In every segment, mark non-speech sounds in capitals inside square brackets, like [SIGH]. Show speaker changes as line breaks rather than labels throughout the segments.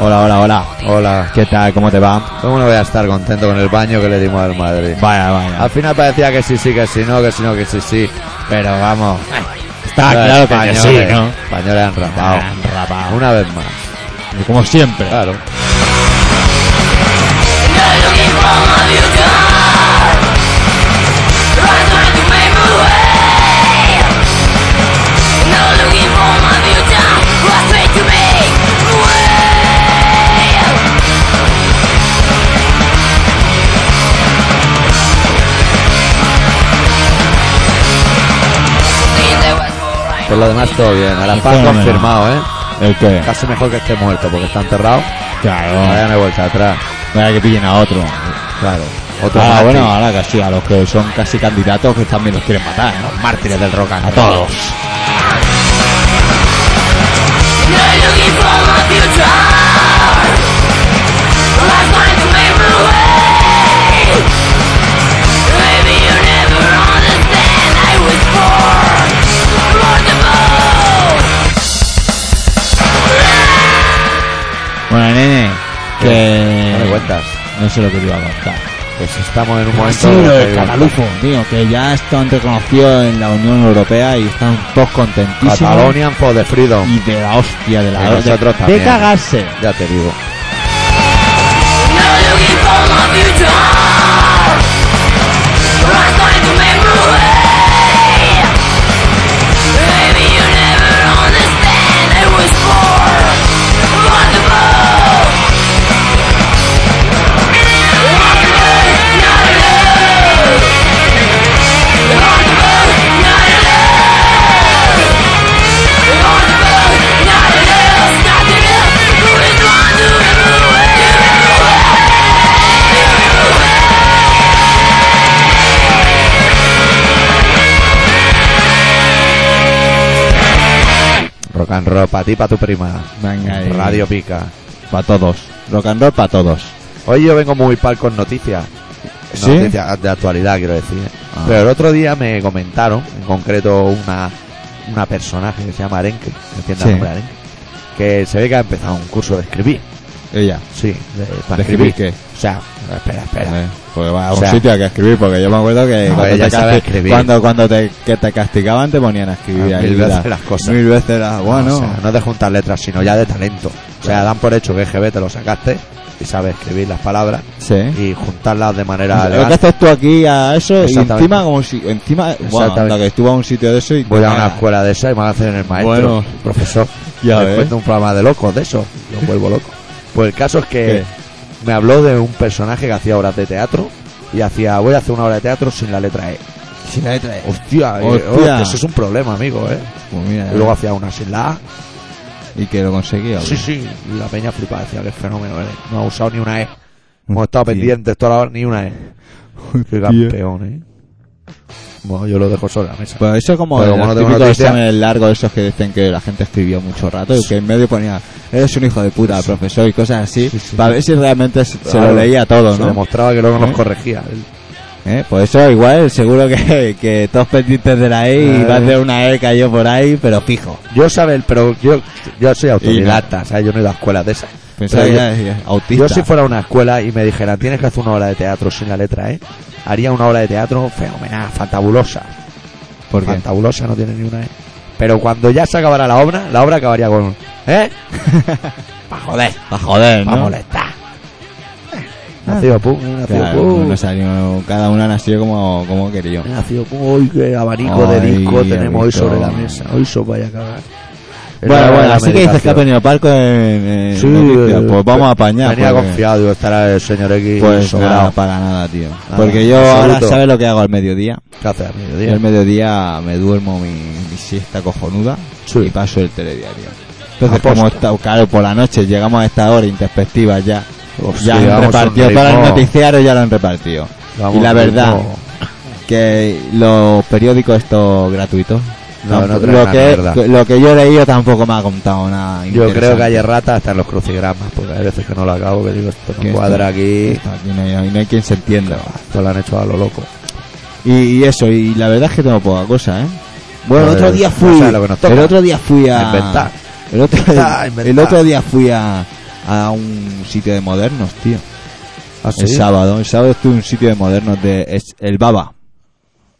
Hola, hola, hola.
Hola.
¿Qué tal? ¿Cómo te va?
¿Cómo no voy a estar contento con el baño que le dimos al Madrid?
Vaya, vaya.
Al final parecía que sí, sí, que sí, no, que sí, no, que sí, sí. Pero vamos.
pues Está Ah, claro que sí, ¿no?
Españoles han rapado.
Han rapado.
Una vez más.
Como siempre.
Claro. Por lo demás todo bien. Arafat
Fenómeno.
confirmado, ¿eh?
¿El qué?
Casi mejor que esté muerto porque está enterrado.
Ah.
Ahora ya
Claro.
no hay vuelta atrás.
Vaya que pillen a otro.
Claro. Otro
Ah,
mártir.
bueno, ahora que sí, a los que son casi candidatos que también los quieren matar, ¿no?
Mártires del rock and
A
roll.
todos. Bueno, nene, que...
No me cuentas.
No sé lo que te iba a contar.
Pues estamos en un momento.
Sí, lo
de-
del catalufo, tío, que ya están reconocidos en la Unión Europea y están todos contentísimos.
Catalonian for the freedom.
Y de la hostia, de
Y
la de,
nosotros
de
también.
cagarse.
Ya te digo. Rock and roll para ti, para tu prima.
Venga ahí.
Radio Pica.
Para todos. Rock and roll para todos.
Hoy yo vengo muy par con noticias.
¿Sí?
Noticias de actualidad, quiero decir.
Ah.
Pero el otro día me comentaron, en concreto una, una personaje que se llama Arenque, me entiende el
Sí.
nombre Arenque, que se ve que ha empezado un curso de escribir.
Ella.
Sí, de, para
¿De escribir qué?
O sea, espera, espera.
Eh, Porque va a
O
un
sea-
sitio hay que escribir, porque yo me acuerdo que
No,
cuando,
ella
te
sabe
casti-
escribir.
cuando, cuando te, que te castigaban te ponían a escribir
Ah,
ahí
mil veces
la-
las cosas.
Mil veces las, bueno.
O sea, no de juntar letras, sino ya de talento. O sea, dan por hecho que GB te lo sacaste y sabes escribir las palabras
sí.
y juntarlas de manera
¿Eh? Lo que
elegante.
haces tú aquí a eso y
Exactamente.
encima como si encima bueno,
Exactamente.
anda, que estuvo a un sitio de eso y
Voy a una
Ah,
escuela de esa y me van a hacer en el maestro,
Bueno.
profesor.
Ya
Después
ves.
de un programa de locos de eso, lo vuelvo loco. Pues el caso es que
¿Qué?
me habló de un personaje que hacía obras de teatro y hacía, voy a hacer una obra de teatro sin la letra E.
Sin la letra E.
Hostia, eh,
Hostia.
hostia, eso es un problema, amigo, ¿eh?
Pues mira,
Y luego hacía una sin la A.
y que lo conseguía.
Sí,
hombre.
sí, y la peña flipada decía que fenómeno, ¿eh? No ha usado ni una E. Hemos estado
Hostia.
pendientes toda la hora, ni una E. Qué
Tío.
campeón, ¿eh? Bueno, yo lo dejo sobre la mesa.
Pues eso es como
Pero
los
como no tengo
típicos
noticia-
exámenes largos esos que dicen que la gente escribió mucho rato y que en medio ponía eres un hijo de puta, profesor y cosas así,
Sí, sí.
para ver si realmente se se
Claro,
lo leía todo,
Se
¿no?
demostraba que luego
¿Eh?
nos corregía.
¿Eh? Pues eso igual, seguro que, que todos pendientes de la E y
Eh.
va a hacer una E cayó por ahí, pero fijo.
Yo sabes, pero yo, yo soy autodidacta, ¿sabes? Yo no he ido a escuelas de esas.
Pensaba
Pero
que
yo-
era- era autista.
Yo si fuera a una escuela y me dijeran, tienes que hacer una obra de teatro sin la letra E, haría una obra de teatro fenomenal, fantabulosa.
¿Por qué?
Fantabulosa no tiene ni una E. Pero cuando ya se acabara la obra, la obra acabaría con... un, ¿Eh? Pa' joder,
Pa' joder,
pa'
¿no?
molestar. Eh, Nacido pum, eh, nacido
Claro,
pum.
no salió- cada una nació como, como quería.
Nacido pum, hoy qué abanico de
Ay,
disco tenemos hoy
amigo.
sobre la mesa. Hoy eso vaya a cagar.
Bueno, bueno, así que dices que ha
apenas
venido Parco en, en
Sí,
noticias,
eh,
pues vamos a apañar.
Venía
porque-
confiado, digo, estará el señor X
Pues nada,
sobrado.
para nada, tío.
Nada,
Porque yo
absoluto.
ahora, ¿sabes lo que hago al mediodía?
¿Qué hace al
Yo
mediodía?
al mediodía me duermo mi, mi siesta cojonuda
Sí.
y paso el telediario. Entonces,
Aposta.
como está, claro, por la noche llegamos a esta hora introspectiva ya.
Uf,
ya
Pues sí,
han
vamos,
repartido
un
para el
ritmo.
noticiario, ya lo han repartido.
Vamos,
y la
un
verdad,
ritmo.
que los periódicos estos gratuitos,
No,
tampoco-
no traen
lo,
una
que,
mierda.
lo que yo he leído tampoco me ha contado nada.
Yo creo que
interesante.
ayer rata hasta en los crucigramas, porque hay veces que no lo acabo, que digo, esto
Que
no cuadra
esto-
aquí,
esto aquí no hay, no hay quien se entienda.
esto lo han hecho a lo loco.
Y, y eso, y la verdad es que tengo poca cosa, ¿eh? Bueno, el
Pues,
otro día
no
fui.
sé lo que nos toca.
el otro día fui a.
A inventar.
El otro,
Inventar,
el
inventar.
otro día fui a, a un sitio de modernos, tío.
¿Ah,
El
sí?
sábado, el sábado estuve en un sitio de modernos de es- el Baba.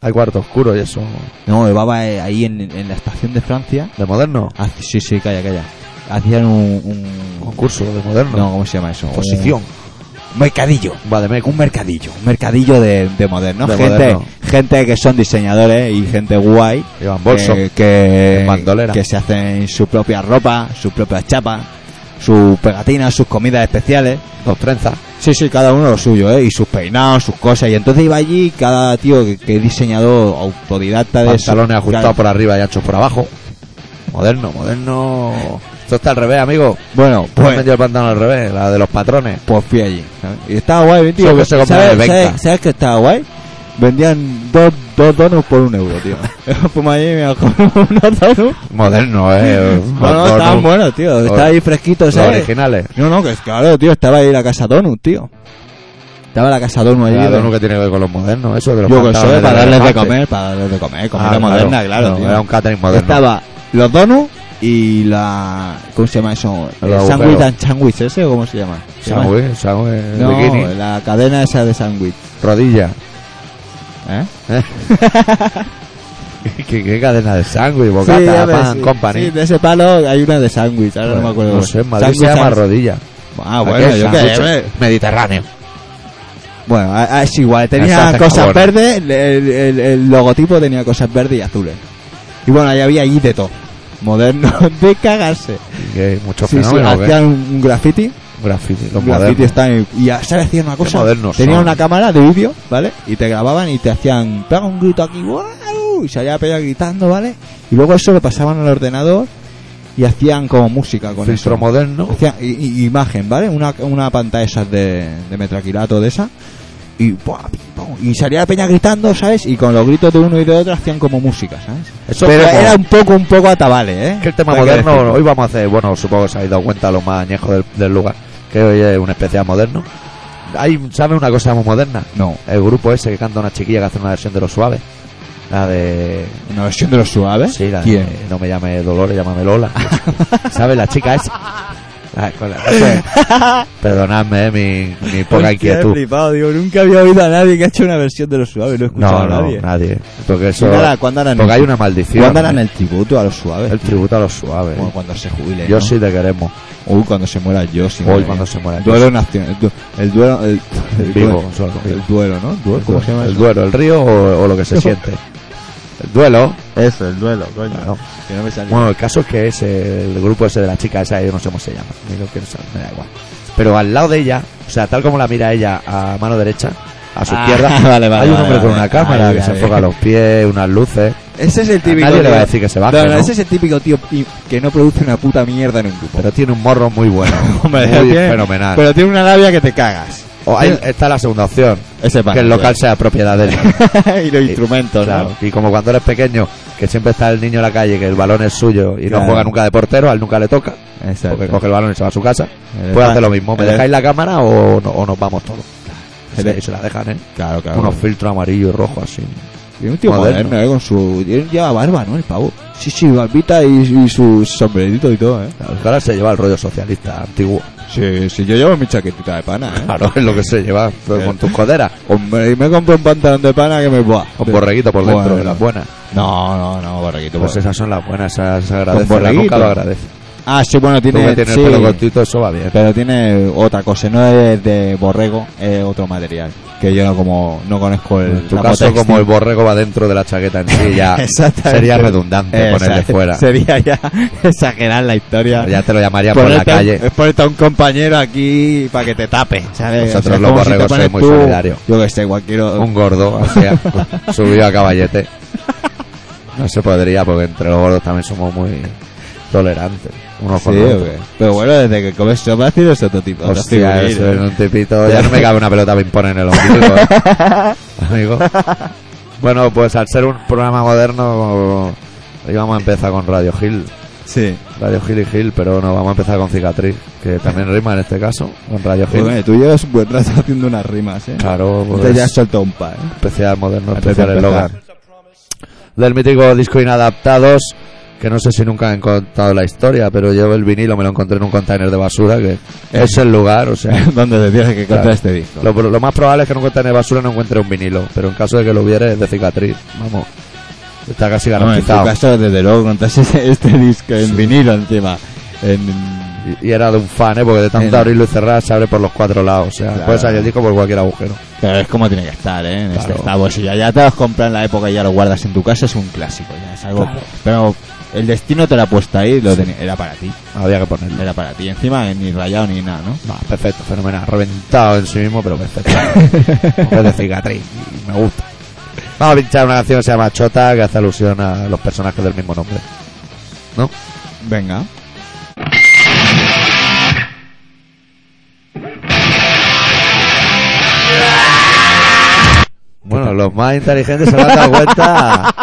Hay cuarto oscuro y eso.
No, el Baba eh, ahí en, en la estación de Francia.
¿De moderno?
Ah, sí, sí, calla, calla. Hacían un, un-
Concurso de moderno.
no, ¿cómo se llama eso?
Posición.
Un mercadillo.
Vale, me
Un mercadillo, un mercadillo de, de moderno.
De
gente,
moderno.
gente que son diseñadores y gente guay.
Llevan bolso.
eh, que,
En bandolera.
que se hacen su propia ropa, su propia chapa, sus pegatinas, sus comidas especiales.
Dos trenzas.
Sí, sí, cada uno lo suyo, ¿eh? Y sus peinados, sus cosas. Y entonces iba allí cada tío que, que es diseñador autodidacta de eso.
Pantalones ajustados
Claro.
por arriba y anchos por abajo. Moderno, moderno. Esto está al revés, amigo.
Bueno,
Tú has
pues,
metido el pantalón al revés, la de los patrones.
pues fui allí. ¿sabes? Y estaba guay, tío.
Solo que
porque-
se compra
¿sabes,
en el
¿sabes,
20?
¿Sabes qué estaba guay? Vendían dos, dos donuts por un euro, tío. [LAUGHS] Fuimos allí y me compré [LAUGHS] unos donuts.
Moderno, eh.
[LAUGHS] No, no, estaban buenos, tío. Estaba ahí fresquito,
Los
¿sabes?
originales.
No, no, que es claro, tío. Estaba ahí la casa Donut, tío. Estaba la casa Donut allí.
Era
tío.
lo que tiene que ver con los modernos, eso de los
Yo que
pantalones
soy, para darles de
elefante.
comer, para darles de comer, comida
Ah,
moderna, claro,
No,
tío.
Era un catering moderno.
Estaba los donuts y la... ¿Cómo se llama eso?
El
El
agujero.
sándwich and sandwich ese o cómo se llama? ¿Se llama?
Sangüe, sangüe,
No,
bikini,
la cadena esa de sándwich.
rodilla.
¿Eh?
¿Qué, qué cadena de sangüe? [LAUGHS] Bocata,
Sí, ya ves,
pan,
sí.
company. Pues,
Sí, de ese palo hay una de sándwich, ahora no me acuerdo.
No sé, en Madrid
Sándwich
se llama
and-
rodilla.
Ah, bueno,
Aquel
yo qué
sándwich
sé.
Mediterráneo.
Bueno, a- a- es igual,
Esa
tenía
hace
cosas
jabón.
verdes, el, el- el- el logotipo tenía cosas verdes y azules. Y bueno, ahí había allí de todo. Moderno [LAUGHS] de cagarse.
Que muchos
Sí, sí,
fenómenos. ¿o qué?
hacían un un graffiti.
Graffiti, los
Un graffiti
modernos.
está en- Y a- ¿sabes? Hacían una cosa.
modernos
Tenía
son.
una cámara de vídeo, ¿vale? Y te grababan y te hacían, pega un grito aquí, ¡guau! Y se había pegado gritando, ¿vale? Y luego eso lo pasaban al ordenador y hacían como música con
Filtro
eso.
moderno.
Hacían i- i- imagen, ¿vale? Una, una pantalla esas de, de metraquilato de esa. Y, ¡buah! pim, pum, y salía la peña gritando, ¿sabes? Y con los gritos de uno y de otro hacían como música, ¿sabes?
Eso
Pero
como-
era un poco, un poco atabale, ¿eh?
Es que el tema
Hay que
moderno,
decirlo.
hoy vamos a hacer, bueno, supongo que se habéis dado cuenta lo más añejo del, del lugar, que hoy es un especial moderno. Hay, ¿sabe una cosa muy moderna?
No,
El grupo ese que canta una chiquilla que hace una versión de los suaves. La de.
una versión de los suaves.
Sí, la de,
¿Eh? ¿Quién?
No me llame Dolores, llámame
[LAUGHS]
Lola. ¿Sabes? La chica esa. La- con
[LAUGHS]
la- perdonadme eh, mi, mi poca
Hostia, he
inquietud.
flipado, digo, nunca había oído a nadie que ha hecho una versión de los suaves, no he escuchado
No,
a
no,
nadie.
nadie. Porque eso.
Nada, ¿cuándo harán
porque
el-
hay una maldición.
¿Cuándo harán el tributo a los suaves?
El tributo a los suaves.
Bueno, cuando se jubile.
Yo
¿no?
sí te queremos.
Uy, cuando se muera yo, sí.
Hoy
madre
cuando
mía.
se muera.
Duelo nacional. El, du- el duelo. El, el
vivo,
duelo-
solo.
El duelo, ¿no? ¿Duelo? ¿Cómo se llama
el
eso?
duelo, el río o, o lo que
[LAUGHS]
se siente. El duelo.
Eso, el duelo, coño.
Claro.
Que Ah, no me sale.
Bueno, el caso es que es el grupo ese de la chica esa, yo no sé cómo se llama, ni lo quiero saber, me da igual. Pero al lado de ella, o sea, tal como la mira ella a mano derecha, a su
Ah,
izquierda,
[LAUGHS] vale, vale,
hay un
vale,
hombre con
vale.
una cámara
Ahí,
que se
ahí.
enfoca a los pies, unas
[LAUGHS]
luces.
ese es el
A
típico.
nadie le
tío.
va a decir que se baje,
No, no,
¿no?
ese es el típico tío pi- que no produce una puta mierda en un grupo.
Pero tiene un morro muy
[LAUGHS]
bueno,
Hombre,
muy
tiene-
fenomenal.
pero tiene una labia que te cagas.
o hay- está la segunda opción,
Ese pan.
que el local sea propiedad de él.
[LAUGHS] y los instrumentos,
Claro,
¿no?
Y como cuando eres pequeño, que siempre está el niño en la calle, que el balón es suyo y
Claro.
no juega nunca de portero, a él nunca le toca,
Exacto.
porque coge el balón y se va a su casa.
El
Puede
pan-
hacer lo mismo, Eh, ¿me
el-
dejáis la cámara o, no- o nos vamos todos?
Se
Sí,
le-
se la dejan, ¿eh?
Claro, claro.
Unos filtros amarillo y rojo así.
Y un tío
Moderno.
moderno, ¿eh? Con su... y Lleva barba, ¿no? El pavo. Sí, sí, barbita y, y su sombrerito y todo, ¿eh?
Claro, es que Ahora se lleva el rollo socialista antiguo.
Sí, sí, yo llevo mi chaquetita de pana, ¿eh?
Claro, es lo que se lleva pero con tus coderas.
Hombre, y me compro un pantalón de pana que me... Buah.
Con borreguito por dentro,
Bueno.
de las buenas.
No, no, no, borreguito.
Pues
borre-
esas son las buenas, esas se agradecen.
Con
la
borreguito.
Nunca lo agradece.
Ah, sí, bueno,
Tú
tiene...
que tienes
sí,
el pelo cortito, eso va bien.
pero tiene otra cosa, no es de borrego, es otro material. Que yo no como... No conozco el...
En tu
la
caso,
potextil.
como el borrego va dentro de la chaqueta en sí, [LAUGHS] ya
[LAUGHS] Exactamente.
sería redundante ponerle
Exacto.
fuera.
Sería ya [LAUGHS] exagerar la historia.
Ya te lo llamaría por la
Ponerte a un-
calle.
Es ponerte a un compañero aquí para que te tape, ¿sabes?
Nosotros
es
los
como te
borregos
pones
somos muy
tú-
solidarios.
Yo que sé, cualquier... o-
Un gordo, o sea, subido a caballete. No se podría, porque entre los gordos también somos muy tolerantes. Unos
Sí,
con los
o
otros.
qué. Pero bueno, desde que comes sobracito es otro tipo. otro
Hostia,
figurino.
eso es un tipito. Ya no me cabe una pelota de ping-pong en el ombligo, ¿eh? amigo. Bueno, pues al ser un programa moderno, hoy vamos a empezar con Radio Gil.
Sí.
Radio Gil y Gil, pero no, vamos a empezar con Cicatriz, que también rima en este caso, con Radio
Pues
Gil.
bueno, tú llevas un buen rato haciendo unas rimas, ¿eh?
Claro, pues,
Entonces ya has soltado un par, ¿eh? [LAUGHS]
especial moderno,
Antes de
especial
empezar.
eslogan. Del mítico disco Inadaptados, que no sé si nunca han contado la historia, pero yo el vinilo me lo encontré en un container de basura, que es el lugar, o sea, [LAUGHS]
Donde te tienes que comprar
Claro.
este disco.
lo, lo más probable es que en un container de basura no encuentre un vinilo, pero en caso de que lo hubiera es de cicatriz, vamos, está casi
Bueno, en tu
garantizado.
caso, desde luego, contaste este, [LAUGHS] este disco en vinilo encima. En...
Y, y era de un fan, ¿eh? porque de tanto
Era.
abrirlo y cerrar se abre por los cuatro lados, o sea,
Claro.
puede salir el disco por cualquier agujero.
Claro, es como tiene que estar, ¿eh? En este
Claro.
estado. Si ya, ya te los compras en la época y ya lo guardas en tu casa, es un clásico. Ya es algo...
Claro.
Pero el destino te lo ha puesto ahí, lo tenía- era para ti.
Había que ponerlo.
Era para ti. Encima, ni rayado ni nada, ¿no?
Va, perfecto, fenomenal. Reventado en sí mismo, pero perfecto. Como es de cicatriz, y me gusta. Vamos a pinchar una canción que se llama Chota, que hace alusión a los personajes del mismo nombre.
Venga.
Bueno, los más inteligentes se habrán dado cuenta.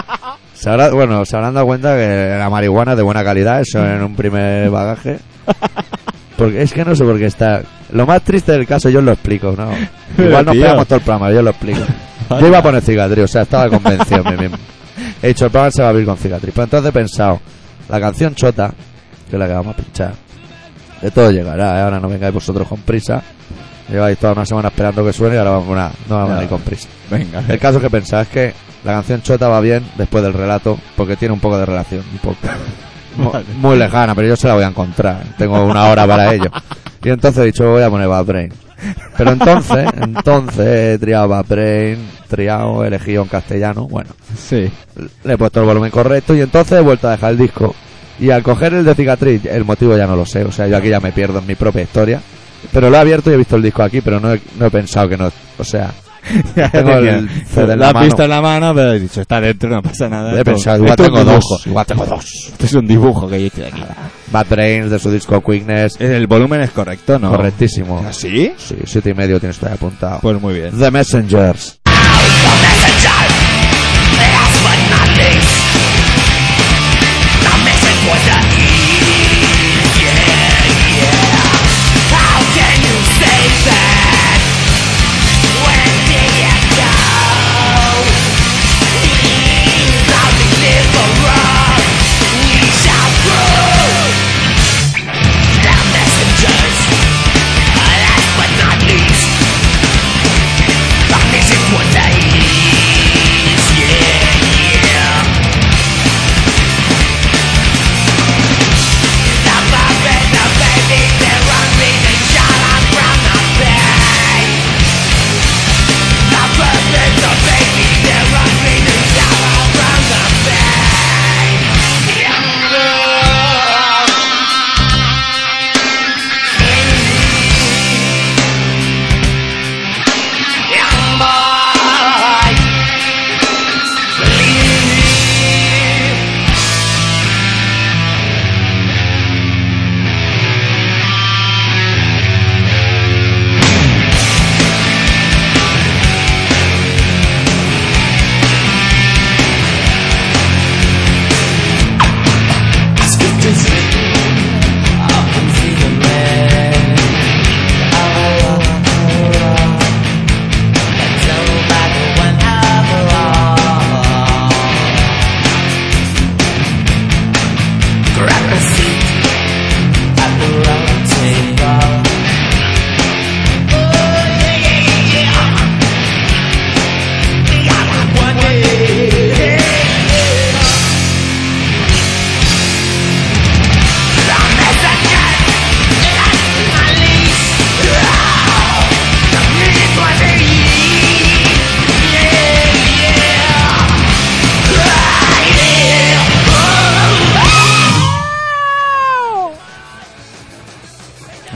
se habrá- bueno, se habrán dado cuenta que la marihuana es de buena calidad, eso en un primer bagaje. Porque es que no sé por qué está. Lo más triste del caso, yo os lo explico, ¿no? Igual nos
Tío.
pegamos todo el programa, yo os lo explico. Yo iba a poner cicatriz, o sea, estaba convencido de mí mismo. He dicho, el programa se va a abrir con cicatriz. Pero entonces he pensado, la canción Chota, que es la que vamos a pinchar, de todo llegará, ¿eh? ahora no vengáis vosotros con prisa. Lleváis toda una semana esperando que suene y ahora vamos a, no vamos a ir con prisa.
Venga.
El caso que pensás es que la canción Chota va bien después del relato, porque tiene un poco de relación, un poco. Mu-
Vale.
Muy, lejana, pero yo se la voy a encontrar. Tengo una hora para ello. Y entonces he dicho, voy a poner Bad Brain. Pero entonces, entonces he triado Bad Brain, triado, he elegido en castellano, bueno. [LAUGHS]
Sí.
Le he puesto el volumen correcto y entonces he vuelto a dejar el disco. Y al coger el de cicatriz, el motivo ya no lo sé, o sea, yo aquí ya me pierdo en mi propia historia. Pero lo he abierto y he visto el disco aquí, pero no he, no he pensado que no. O sea, Tengo el CD en
la
la mano.
pista en la mano, pero he dicho, está dentro, no pasa nada.
he
Esto-
pensado, igual
esto es
tengo
un
dos,
dibujo.
igual tengo dos. Ah.
Este es un dibujo que yo he hecho de aquí.
Bad Brains de su disco Quickness,
El volumen es correcto, ¿no?
correctísimo.
¿Así?
Sí, siete y medio tienes todavía apuntado.
Pues muy bien.
The Messengers.
Last but not least, the message was the E. Yeah, yeah. How can you say that? When did it go? He's our deliverer. We shall prove the messengers. Last but not least, the message was the E. Yeah, yeah. The puppet, the baby, the runny, the child from the pain. The puppet, the baby, the runny, the child from the pain. Young boy, believe.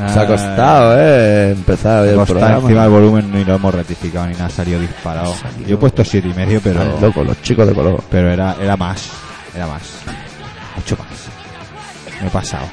Ah,
Se ha costado, eh, empezar el
Costa,
programa.
encima el volumen ni lo hemos rectificado ni nada, salió disparado.
Salió-
Yo he puesto siete y medio, pero,
Ay, loco, los chicos de color.
pero era, era más. Era más. Mucho más. Me he pasado.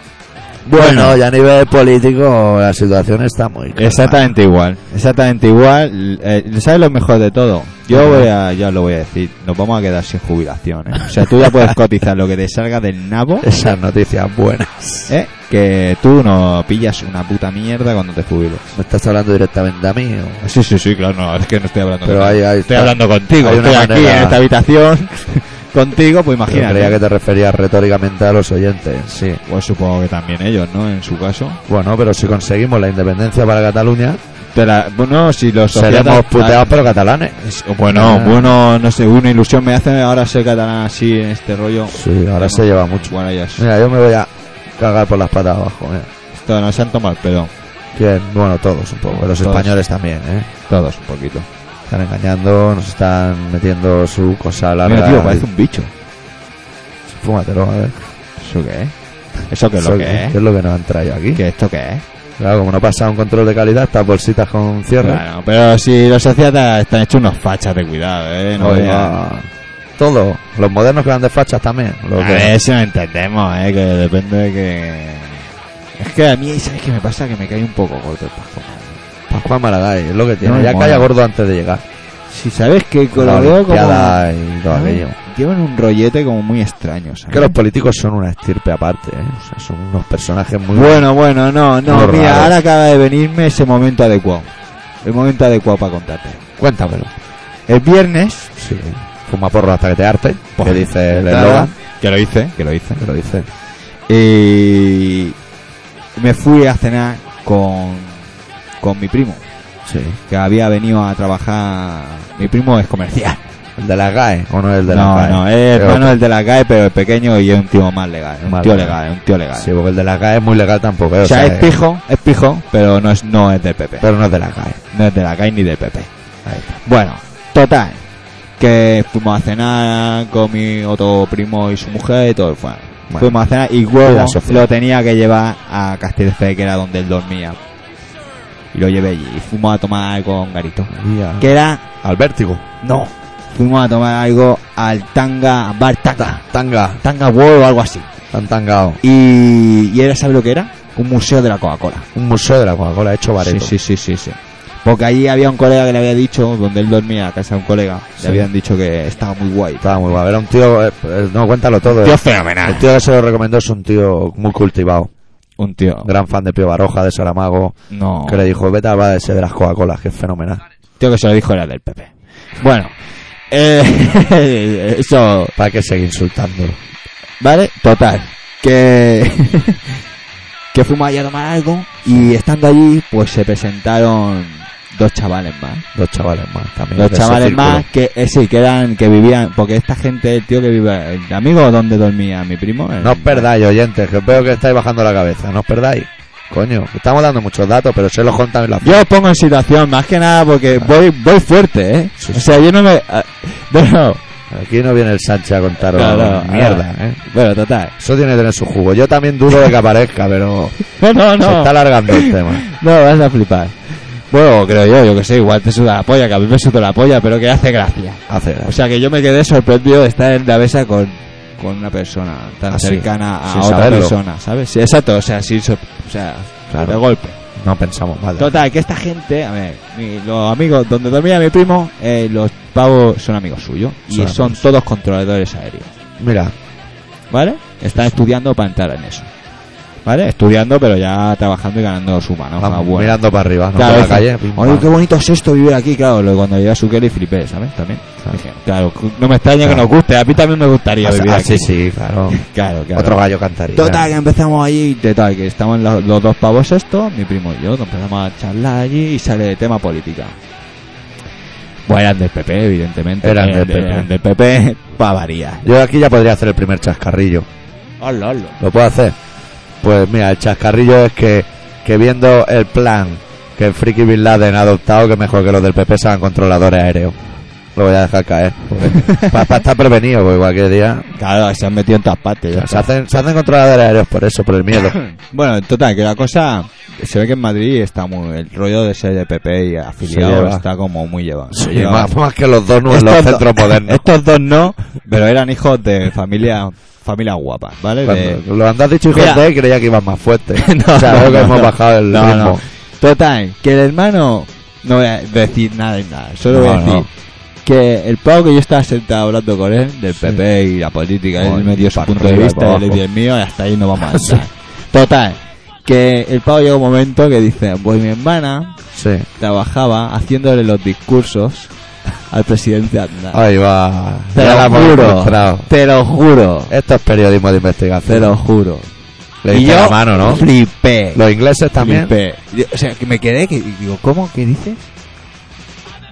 Bueno, ya a nivel político la situación está muy calma.
Exactamente igual, exactamente igual. Eh, ¿Sabes lo mejor de todo? Yo voy a, ya lo voy a decir, nos vamos a quedar sin jubilación. ¿eh? O sea, tú ya puedes cotizar lo que te salga del
[LAUGHS]
nabo,
Esas noticias buenas.
¿eh? que tú no pillas una puta mierda cuando te jubiles.
Me estás hablando directamente a mí. o-
Sí, sí, sí, claro, no, es que no estoy hablando
Pero
con-
ahí, ahí
Estoy
está.
hablando contigo,
Hay una
estoy aquí
manera-
en esta habitación [LAUGHS] contigo, pues
Yo creía
imagínate.
que te referías retóricamente a los oyentes. Sí.
Pues supongo que también ellos, ¿no? En su caso.
Bueno, pero si conseguimos la independencia para Cataluña,
Te la- bueno, si los
seremos
societas-
puteados pero catalanes.
Es- Bueno,
Ah.
bueno, no sé, una ilusión me hace ahora ser catalán así en este rollo.
Sí, ahora
No,
se lleva mucho.
Bueno, ya es-
Mira, yo me voy a cagar por las patas abajo. mira.
Esto nos han tomado el pelo,
Bien, bueno, todos un poco. Los
Todos.
españoles también, ¿eh?
todos un poquito.
Están engañando, nos están metiendo su cosa larga.
Mira, tío, parece un bicho.
Fúmatelo, a ver.
¿Eso qué es? ¿Eso qué es
Eso-
lo que es?
¿Qué es lo que nos han traído aquí?
¿Qué esto qué es?
Claro, como no pasa un control de calidad, estas bolsitas con cierre.
Claro, pero si los societas están hechos unos fachas de cuidado, eh. No veas.
Oiga, pues todo. Los modernos que van de fachas también. Los
A
que-
ver si lo entendemos, eh, que depende de que... Es que a mí, ¿sabes qué me pasa? Que me cae un poco corto el pastor.
Pascual Maragall, es lo que tiene.
No me
ya
mola.
calla gordo antes de llegar.
Si sabes que con
La
lo veo como... ¿Ah?
Olimpiada y todo
¿sabes?
aquello.
Llevan un rollete como muy extraño, ¿sabes?
Que los políticos son una estirpe aparte, ¿eh? O sea, son unos personajes muy...
Bueno, bueno, no, no,
Muy
mira,
raro.
ahora acaba de venirme ese momento adecuado. El momento adecuado para contarte.
Cuéntamelo.
El viernes,
Sí. Fuma porro hasta que te harte.
Pues,
que dice el
nada,
eslogan.
que lo hice, que lo hice,
Que lo dice.
y me fui a cenar con, con mi primo,
Sí.
que había venido a trabajar. Mi primo es comercial.
El de la GAE, ¿o no es el [LAUGHS] de la
no,
GAE?
no, es
Pero-
hermano del de la CAE, pero el pequeño y es un tío más legal, un
Más
tío
legal.
legal, un tío legal.
Sí, porque el de la GAE es muy legal tampoco, ¿eh?
o sea, es
eh,
pijo, es pijo, pero no es, no es del PP.
Pero no es de la GAE.
No es de la CAE ni del PP.
Ahí está.
Bueno, total. Que fuimos a cenar con mi otro primo y su mujer y todo. el fan.
Bueno.
fuimos a cenar y
Vida
luego
social.
lo tenía que llevar a Castelfe, que era donde él dormía. Y lo llevé allí. Y fuimos a tomar algo con Garito.
Mía.
Que era...
Al vértigo.
No. Fuimos a tomar algo al Tanga Bar Tanga.
Tanga.
Tanga World o algo así.
Tan tangao.
Y, y era, ¿sabes lo que era? Un museo de la Coca-Cola.
Un museo de la Coca-Cola hecho
Sí,
bareto.
sí, sí, sí, sí. Porque allí había un colega que le había dicho, donde él dormía, la casa de un colega,
Sí.
le habían dicho que estaba muy guay.
Estaba muy guapo. Era un tío... eh, eh, no, cuéntalo todo. eh.
Tío
El
fenomenal.
tío que se lo recomendó es un tío muy cultivado.
Un tío.
Gran fan de Pío Baroja, de Saramago.
No.
Que le dijo, vete a de ese de las Coca-Colas, que es fenomenal.
Tío que se lo dijo era del PP. Bueno. Eh, [LAUGHS] eso.
¿Para qué seguir insultándolo?
¿Vale? Total. Que. [LAUGHS] que fuimos allí a tomar algo. Y estando allí, pues se presentaron dos chavales más.
Los chavales más también.
Los
de ese
chavales
círculo.
más que, eh, sí, que eran, que vivían. Porque esta gente, el tío que vive. El amigo donde dormía mi primo. El-
No os perdáis, oyentes, que veo que estáis bajando la cabeza. No os perdáis. Coño, estamos dando muchos datos, pero se los contan en la...
Yo os pongo en situación, más que nada porque voy, voy fuerte, ¿eh?
Ah. Sí,
O sea, yo no me... ah, [LAUGHS] No, no.
Aquí no viene el Sánchez a contaros
Claro,
mierda,
ah.
¿eh?
Bueno, total.
Eso tiene que tener su jugo. Yo también dudo de que aparezca, pero
No, [LAUGHS] no,
se
no.
está alargando el tema.
[LAUGHS] No, vas a flipar. Bueno, creo yo, yo que sé, igual te suda la polla, que a mí me suda la polla, pero que hace gracia.
Hace gracia.
O sea, que yo me quedé sorprendido de estar en la mesa con, con una persona tan
Así,
cercana a
Ah, sin
otra
saberlo.
persona, ¿sabes? Sí, exacto, o sea, sin sor- o sea,
Claro.
de golpe.
No pensamos mal. de-
Total, que esta gente, a ver, mi- los amigos, donde dormía mi primo, eh, los pavos son amigos suyos y
Son
son
amigos.
todos controladores aéreos,
Mira,
¿vale? Están estudiando para entrar en eso, ¿vale? Estudiando, pero ya trabajando y ganando su mano.
vamos,
más buena.
mirando para arriba, no
Ah, Claro,
por la
dice,
calle. pim,
Oye,
pam.
qué bonito es esto vivir aquí, claro. Luego cuando llegué a su y flipé, ¿sabes? También.
Claro.
Dije, Claro, no me extraña que
Claro.
nos guste, a mí también me gustaría
Ah,
vivir
ah,
aquí.
sí, sí, claro.
[LAUGHS] Claro, claro.
Otro gallo cantaría.
Total, que empezamos allí, total, que estamos los, los dos pavos estos, mi primo y yo, que empezamos a charlar allí y sale de tema política. Bueno, eran del PP, evidentemente.
Eran
de-
del PP.
Eran del PP, [LAUGHS] pavaría.
Yo aquí ya podría hacer el primer chascarrillo.
Hazlo, hazlo.
¿Lo puedo hacer? Pues mira, el chascarrillo es que, que viendo el plan que el friki Bin Laden ha adoptado, que mejor que los del PP sean controladores aéreos. Lo voy a dejar caer. [LAUGHS] Para estar prevenido, porque cualquier día...
Claro, se han metido en todas partes. ya
Se
está.
hacen, se hacen controladores aéreos por eso, por el miedo.
[CLEARS THROAT] Bueno, total, que la cosa. Se ve que en Madrid está muy. El rollo de ser de PP y
Se
afiliado
lleva.
está como muy llevado.
[LAUGHS] Sí,
Lleva-
más, más que los dos en los
Estos
centros
dos-
modernos.
[LAUGHS] Estos dos no, pero eran hijos de familia, familia guapa, ¿vale? De-
[LAUGHS] Cuando lo andas dicho hijos
Mira.
de, creía que iban más [LAUGHS] fuertes.
No,
o sea,
no,
veo que
no,
hemos
no.
bajado el
No,
ritmo.
no. Total, que el hermano. No voy a decir nada de nada, solo voy a
No,
decir
no.
que el pavo que yo estaba sentado hablando con él, del PP y la política,
Ay,
él me dio su
para
punto de
arriba y para
vista, él le
abajo.
dio el mío, y hasta ahí
[LAUGHS]
no vamos a
Sí.
entrar. Total, que el pavo llega un momento que dice: Pues mi hermana
Sí.
trabajaba haciéndole los discursos al presidente Aznar.
Ahí va.
te
Ya
lo
la hemos
juro.
encontrado.
Te lo juro.
Esto es periodismo de investigación.
Te lo juro.
Le diste la mano, ¿no?
flipé.
Los ingleses también.
flipé. Yo- o sea, que me quedé, que digo, ¿cómo? ¿Qué dices?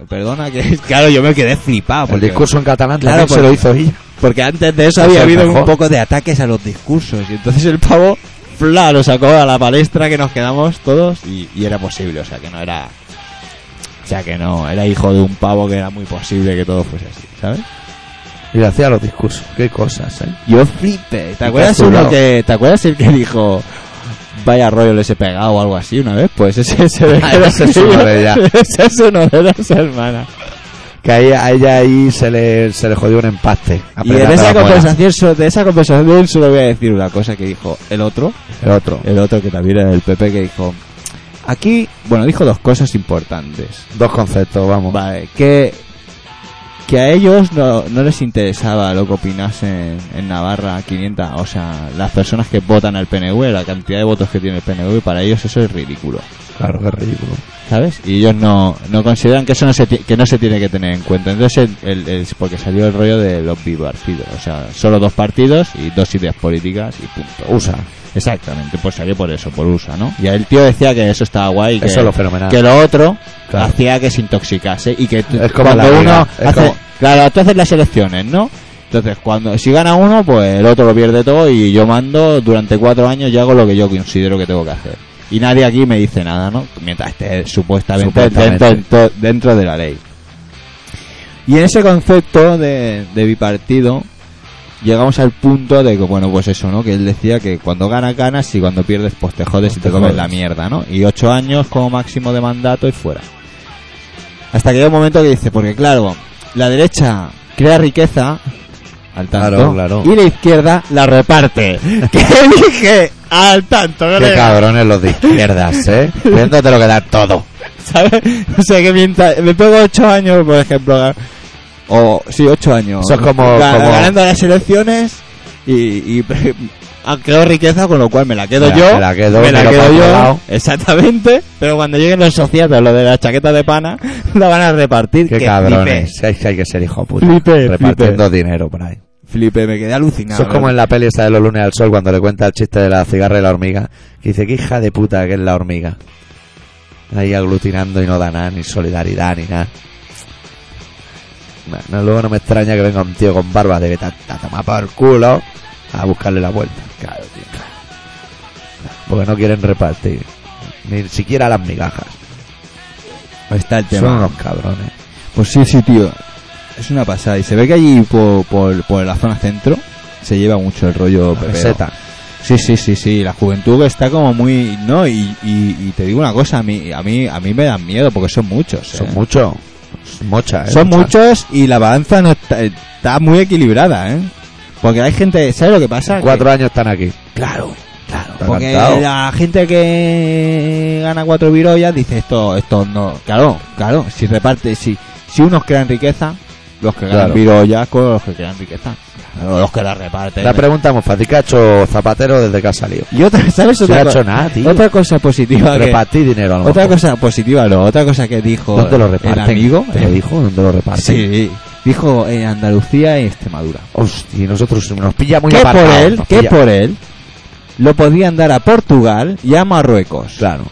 Perdona, que claro, yo me quedé flipado.
El
Ah, Porque,
discurso en catalán
Claro,
también se
porque-
lo hizo ella.
porque antes de eso
Eso
había
es
habido un
mejor.
poco de ataques a los discursos. Y entonces el pavo, fla, lo sacó a la palestra que nos quedamos todos y, y era posible. O sea, que no era. O sea, que no, era hijo de un pavo que era muy posible que todo fuese así, ¿sabes?
Y le hacía los discursos. Qué cosas, ¿eh?
Yo flipé. ¿Te acuerdas
azulado.
uno que te acuerdas el que dijo vaya rollo les he pegado o algo así una vez? Pues
[LAUGHS]
ese se ve que
Ah, ese es uno de ella.
[LAUGHS] ese es uno de las hermanas.
Que ahí- a ella ahí se le, se le jodió un empaste.
Y en Ah, esa conversación so- de esa conversación solo voy a decir una cosa que dijo el otro,
El otro.
el otro que también era el PP que dijo aquí, bueno, dijo dos cosas importantes.
Dos conceptos, vamos.
Vale, que que a ellos no, no les interesaba lo que opinasen en Navarra 500, o sea, las personas que votan al PNV, la cantidad de votos que tiene el PNV, para ellos eso es ridículo,
Claro, qué ridículo.
¿sabes? Y ellos no, no consideran que eso no se, ti- que no se tiene que tener en cuenta. Entonces, el, el- porque salió el rollo de los bipartidos, o sea, solo dos partidos y dos ideas políticas y punto.
Usa.
Exactamente, pues salió por eso, por USA, ¿no? Y el tío decía que eso estaba guay, que,
Eso es lo fenomenal.
que lo otro
Claro.
hacía que se intoxicase y que tú-
Es como
cuando
la liga,
uno
es
hace,
como-
claro, tú haces las elecciones, ¿no? Entonces, cuando si gana uno, pues el otro lo pierde todo y yo mando durante cuatro años y hago lo que yo considero que tengo que hacer. Y nadie aquí me dice nada, ¿no? Mientras esté supuestamente,
Supuestamente.
Dentro, dentro de la ley. Y en ese concepto de, de bipartido, llegamos al punto de que, bueno, pues eso, ¿no? Que él decía que cuando ganas, ganas y cuando pierdes, pues te jodes y te
te
comes
jodes.
la mierda, ¿no? Y ocho años como máximo de mandato y fuera. Hasta que llega un momento que dice, porque claro, la derecha crea riqueza al tanto
Claro, claro.
y la izquierda la reparte. [LAUGHS] que dije al tanto,
Qué
colega.
cabrones los de izquierdas,
[LAUGHS]
¿eh? Viéndote lo que da todo.
¿Sabes? O sea que mientras me pego 8 años, por ejemplo, ga- o sí, 8 años.
Eso es como-
Ga-
como-
ganando las elecciones y, [LAUGHS] y ah, creo riqueza, con lo cual me la
Me
quedo
la-
yo.
me la quedo,
me la
miro
quedo
para otro
yo.
lado.
Exactamente. Pero cuando lleguen los sociados, lo de la chaqueta de pana, [LAUGHS] la van a repartir.
Qué
que
cabrones. Si hay, que hay que ser hijo puta.
Flipé,
Repartiendo dinero por ahí.
Flipe, flipe, me quedé alucinado.
Eso es como en la peli esa de los lunes al sol cuando le cuenta el chiste de la cigarra y la hormiga. Que dice, qué hija de puta que es la hormiga. Ahí aglutinando y no da nada, ni solidaridad, ni nada. No, no, luego no me extraña que venga un tío con barba de que te ha tomado por culo a buscarle la vuelta. Claro, tío. claro. Porque no quieren repartir. Ni siquiera las migajas.
Ahí está el
Son
tema.
unos cabrones.
Pues sí, sí, tío. Es una pasada. Y se ve que allí por, por, por la zona centro se lleva mucho el rollo
La
pepero.
meseta.
Sí, sí, sí, sí, la juventud está como muy, no, y, y, y te digo una cosa, a mí a mí a mí me dan miedo porque son muchos. ¿eh?
Son muchos. Mocha, ¿eh?
Son
Mocha.
muchos y la balanza no está, está muy equilibrada, ¿eh? Porque hay gente, ¿sabes lo que pasa?
Cuatro años están aquí.
Que- claro, claro.
Está
Porque
cantado.
la gente que gana cuatro virollas dice esto esto no, claro, claro, si reparte si si unos crean riqueza, los que ganan
Claro.
virollas con los que crean riqueza. Claro, los que la reparten.
La pregunta muy fácil. ¿Qué ha hecho Zapatero desde que ha salido?
y otra, ¿sabes
No
otra,
ha
co-
hecho nada, tío.
otra cosa positiva que,
Repartir dinero a lo
Otra
mejor.
cosa positiva, no. Otra cosa que dijo
¿Dónde pues- lo
el
reparten?
amigo.
¿Te lo dijo? ¿Dónde lo reparten?
Sí, dijo en Andalucía y Extremadura.
Hostia, nosotros nos pilla muy
que por
apartados,
él,
nos
que
pilla.
por él, lo podían dar a Portugal y a Marruecos.
Claro.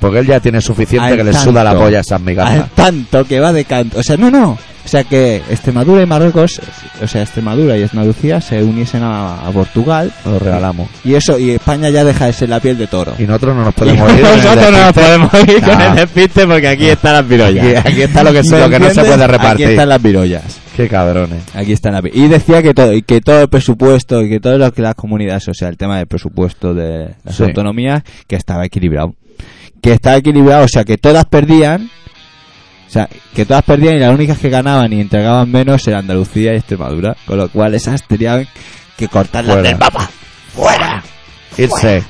Porque él ya tiene suficiente
Al
que le
tanto.
suda la polla a esas
Al
migajas.
tanto que va de canto. O sea, no, no. O sea, que Extremadura y Marruecos, o sea, Extremadura y Andalucía se uniesen a, a Portugal.
Lo regalamos.
Y eso, y España ya deja de ser la piel de toro.
Y nosotros no nos
[LAUGHS] Y
podemos ir.
nosotros no nos podemos ir con
Nah.
el despiste porque aquí están las virollas.
Aquí- aquí está lo que se-
¿Me
lo que no se
entiendes?
puede
Aquí
repartir.
están las virollas.
Qué cabrones.
Aquí está la... Y decía que todo, y que todo el presupuesto y que todo lo que las comunidades, o sea, el tema del presupuesto de las
Sí.
autonomías, que estaba equilibrado. Que estaba equilibrado, o sea, que todas perdían, o sea, que todas perdían y las únicas que ganaban y entregaban menos eran Andalucía y Extremadura. Con lo cual esas tenían que cortarlas
Fuera.
del mapa. ¡Fuera!
Irse.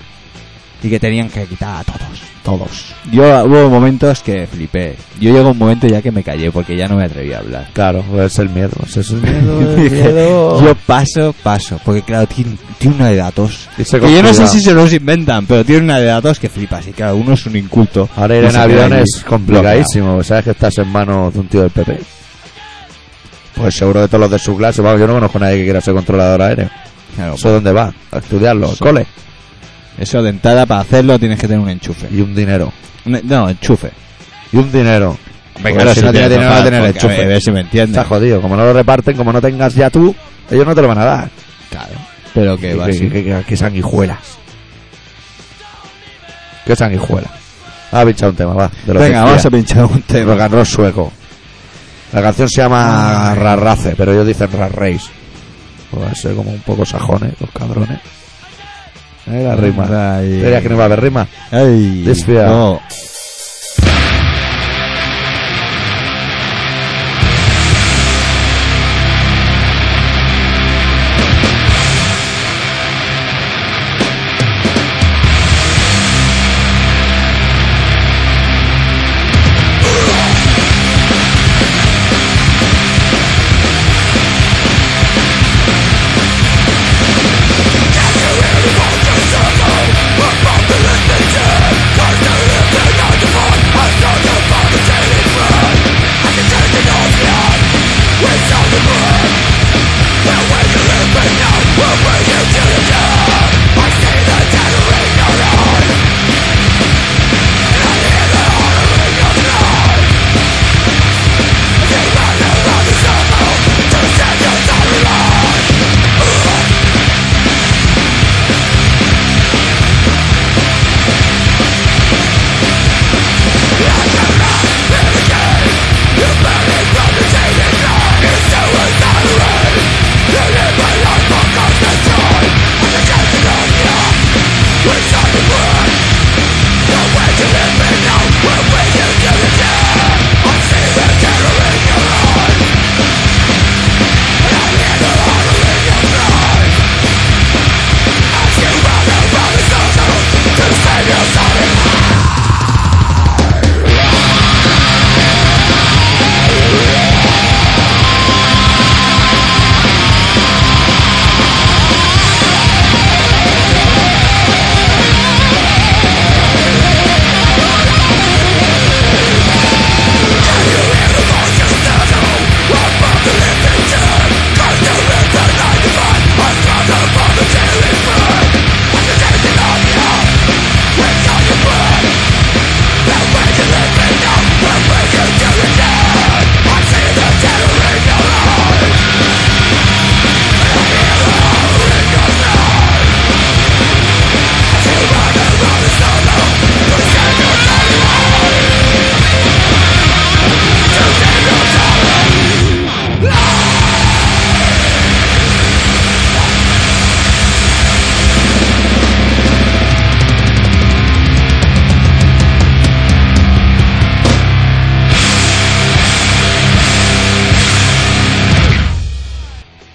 Y que tenían que quitar a todos.
Todos.
Yo hubo momentos que flipé. Yo llegó un momento ya que me callé porque ya no me atreví a [LAUGHS] hablar.
Claro, es el miedo. Es el miedo. el
[LAUGHS] Dije,
miedo.
Yo paso, paso. Porque claro, tiene, tiene una de datos.
Y se
Que yo no sé
confía.
si se los inventan, pero tiene una de datos que flipas. Y claro, uno es un inculto.
Ahora ir
Y
en
se
avión
queda ahí
es complicadísimo. porque Sabes que estás en manos de un tío del PP.
bloqueado.
Pues seguro de todos los de su clase. Vamos, yo no conozco a nadie que quiera ser controlador aéreo.
Claro,
¿Eso dónde va? A estudiarlo, al
Eso.
cole.
Eso dentada para hacerlo tienes que tener un enchufe.
Y un dinero.
Un- No, enchufe.
Y un dinero.
Hombre,
Porque si no tiene
tienes
dinero, no
papá,
tener
porque, a ver,
enchufe.
A ver si me entiendes.
Está jodido. Como no lo reparten, como no tengas ya tú, ellos no te lo van a dar.
Claro. Pero que va
que,
así.
que- que- que sanguijuelas. Qué sanguijuelas. Ah, pincha un tema, va. de lo
Venga,
que
vamos
quiera.
a pinchar un
El
tema.
rock and roll sueco. La canción se llama Rarrace, pero ellos dicen Rarrace. Pues va a ser como un poco sajones, los cabrones. Eh, la rima.
Ay.
¿Verías que no va a haber rima?
Ay.
Desfía.
No.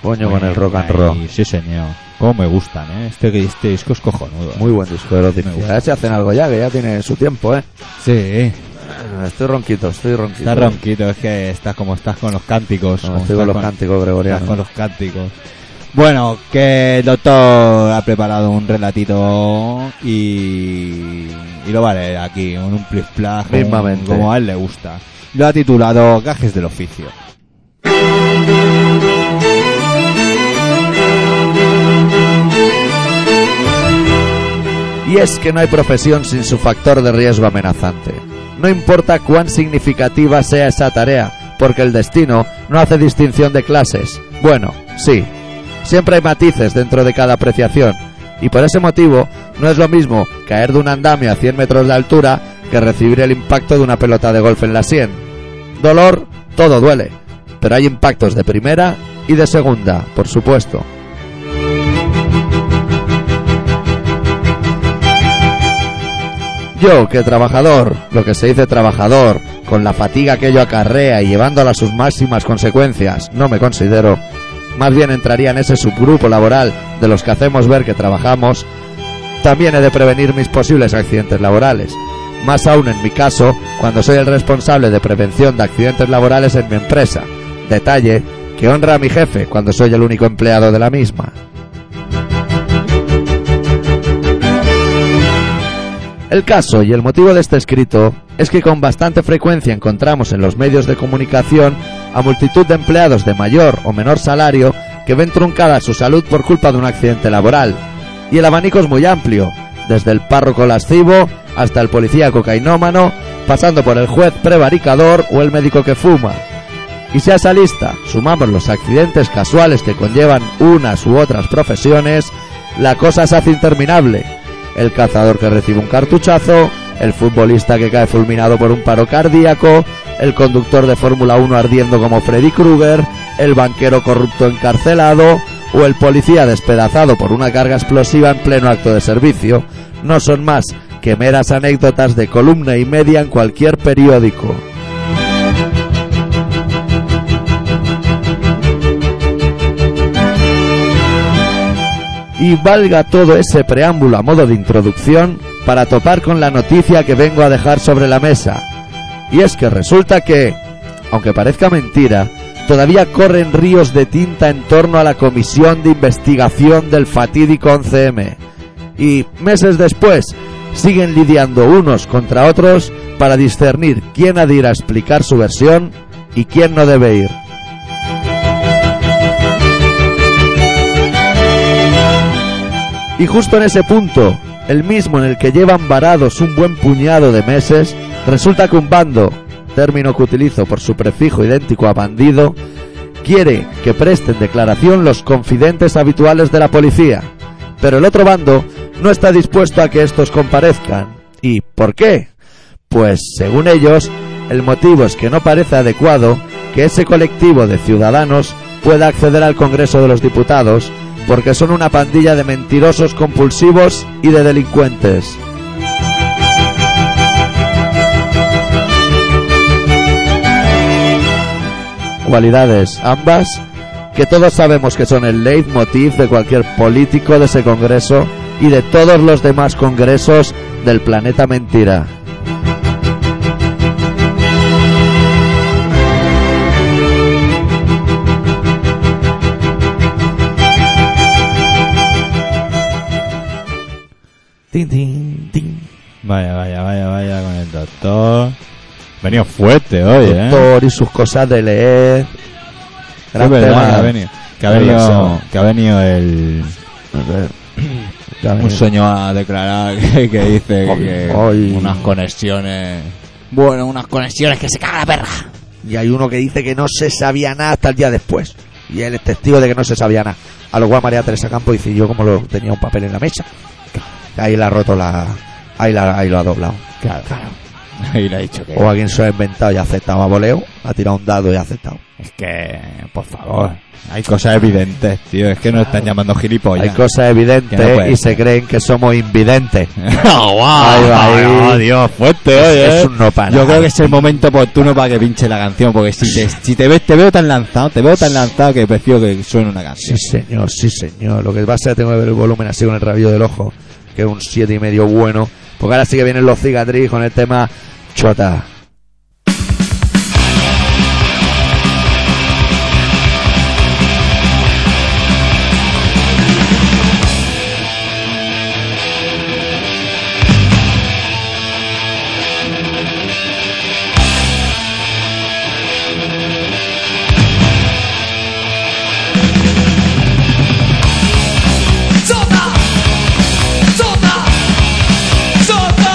Coño con el rock and roll.
Ay, Sí, señor. Cómo me gustan, ¿eh? Este, este disco es cojonudo. ¿eh?
Muy buen disco de los
Me gusta.
A ver si hacen algo ya, que ya tiene su tiempo, eh.
Sí.
Estoy ronquito, estoy ronquito.
Está ronquito, es que estás como estás con los cánticos.
No,
como
estoy con
estás
los cánticos
estás [LAUGHS] con
gregorianos.
los cánticos. Bueno, que el doctor ha preparado un relatito y, y lo vale aquí, un, un plis plas, como-
Mismamente.
como a él le gusta. Lo ha titulado Gajes del Oficio.
Y es que no hay profesión sin su factor de riesgo amenazante. No importa cuán significativa sea esa tarea, porque el destino no hace distinción de clases. Bueno, sí, siempre hay matices dentro de cada apreciación, y por ese motivo no es lo mismo caer de un andamio a 100 metros de altura que recibir el impacto de una pelota de golf en la sien. Dolor, todo duele, pero hay impactos de primera y de segunda, por supuesto. Yo, que trabajador, lo que se dice trabajador, con la fatiga que ello acarrea y llevándola a sus máximas consecuencias, no me considero. Más bien entraría en ese subgrupo laboral de los que hacemos ver que trabajamos. También he de prevenir mis posibles accidentes laborales. Más aún en mi caso, cuando soy el responsable de prevención de accidentes laborales en mi empresa. Detalle que honra a mi jefe cuando soy el único empleado de la misma. El caso y el motivo de este escrito es que con bastante frecuencia encontramos en los medios de comunicación a multitud de empleados de mayor o menor salario que ven truncada su salud por culpa de un accidente laboral. Y el abanico es muy amplio, desde el párroco lascivo hasta el policía cocainómano, pasando por el juez prevaricador o el médico que fuma. Y si a esa lista sumamos los accidentes casuales que conllevan unas u otras profesiones, la cosa se hace interminable. El cazador que recibe un cartuchazo, el futbolista que cae fulminado por un paro cardíaco, el conductor de Fórmula 1 ardiendo como Freddy Krueger, el banquero corrupto encarcelado o el policía despedazado por una carga explosiva en pleno acto de servicio, no son más que meras anécdotas de columna y media en cualquier periódico. Y valga todo ese preámbulo a modo de introducción para topar con la noticia que vengo a dejar sobre la mesa. Y es que resulta que, aunque parezca mentira, todavía corren ríos de tinta en torno a la comisión de investigación del fatídico 11M. Y meses después, siguen lidiando unos contra otros para discernir quién ha de ir a explicar su versión y quién no debe ir. Y justo en ese punto, el mismo en el que llevan varados un buen puñado de meses, resulta que un bando, término que utilizo por su prefijo idéntico a bandido, quiere que presten declaración los confidentes habituales de la policía. Pero el otro bando no está dispuesto a que estos comparezcan. ¿Y por qué? Pues, según ellos, el motivo es que no parece adecuado que ese colectivo de ciudadanos pueda acceder al Congreso de los Diputados porque son una pandilla de mentirosos compulsivos y de delincuentes. Cualidades ambas que todos sabemos que son el leitmotiv de cualquier político de ese Congreso y de todos los demás Congresos del planeta mentira.
Vaya, vaya, vaya, vaya con el doctor. Venido fuerte hoy, ¿eh?
Doctor y sus cosas de leer.
Sí, es
Gran
verdad,
tema.
que ha venido, que ha
Gran
venido,
versión.
que ha venido el...
A ver. Gran-
Un sueño a declarar [LAUGHS] que, que dice que
Ay.
unas conexiones... Bueno, unas conexiones que se caga la perra.
Y hay uno que dice que no se sabía nada hasta el día después. Y él es testigo de que no se sabía nada. A lo cual María Teresa Campo dice, yo como lo tenía un papel en la mesa. Ahí la ha roto la... Ahí, la, ahí lo ha doblado.
Claro. [LAUGHS] Y le ha dicho que...
O alguien se lo ha inventado y ha aceptado a voleo. Ha tirado un dado y ha aceptado.
Es que, por favor, hay cosas evidentes, tío. Es que nos están llamando
Hay
gilipollas.
cosas evidentes
Que no puede
y se
ser.
creen que somos invidentes.
[LAUGHS] oh, wow,
Ahí va, ahí.
Oh, Dios, fuerte hoy, ¿eh?
Es un no para
Yo creo
nada.
que es el momento oportuno para que pinche la canción, porque si te, si te ves, te veo tan lanzado, te veo tan lanzado que prefiero que suene una
Sí,
canción.
señor, sí, señor. Lo que pasa es que tengo que ver el volumen así con el rabillo del ojo, que es un siete y medio bueno. Porque ahora sí que vienen los cicatriz con el tema chota.
Sota, sota, sota.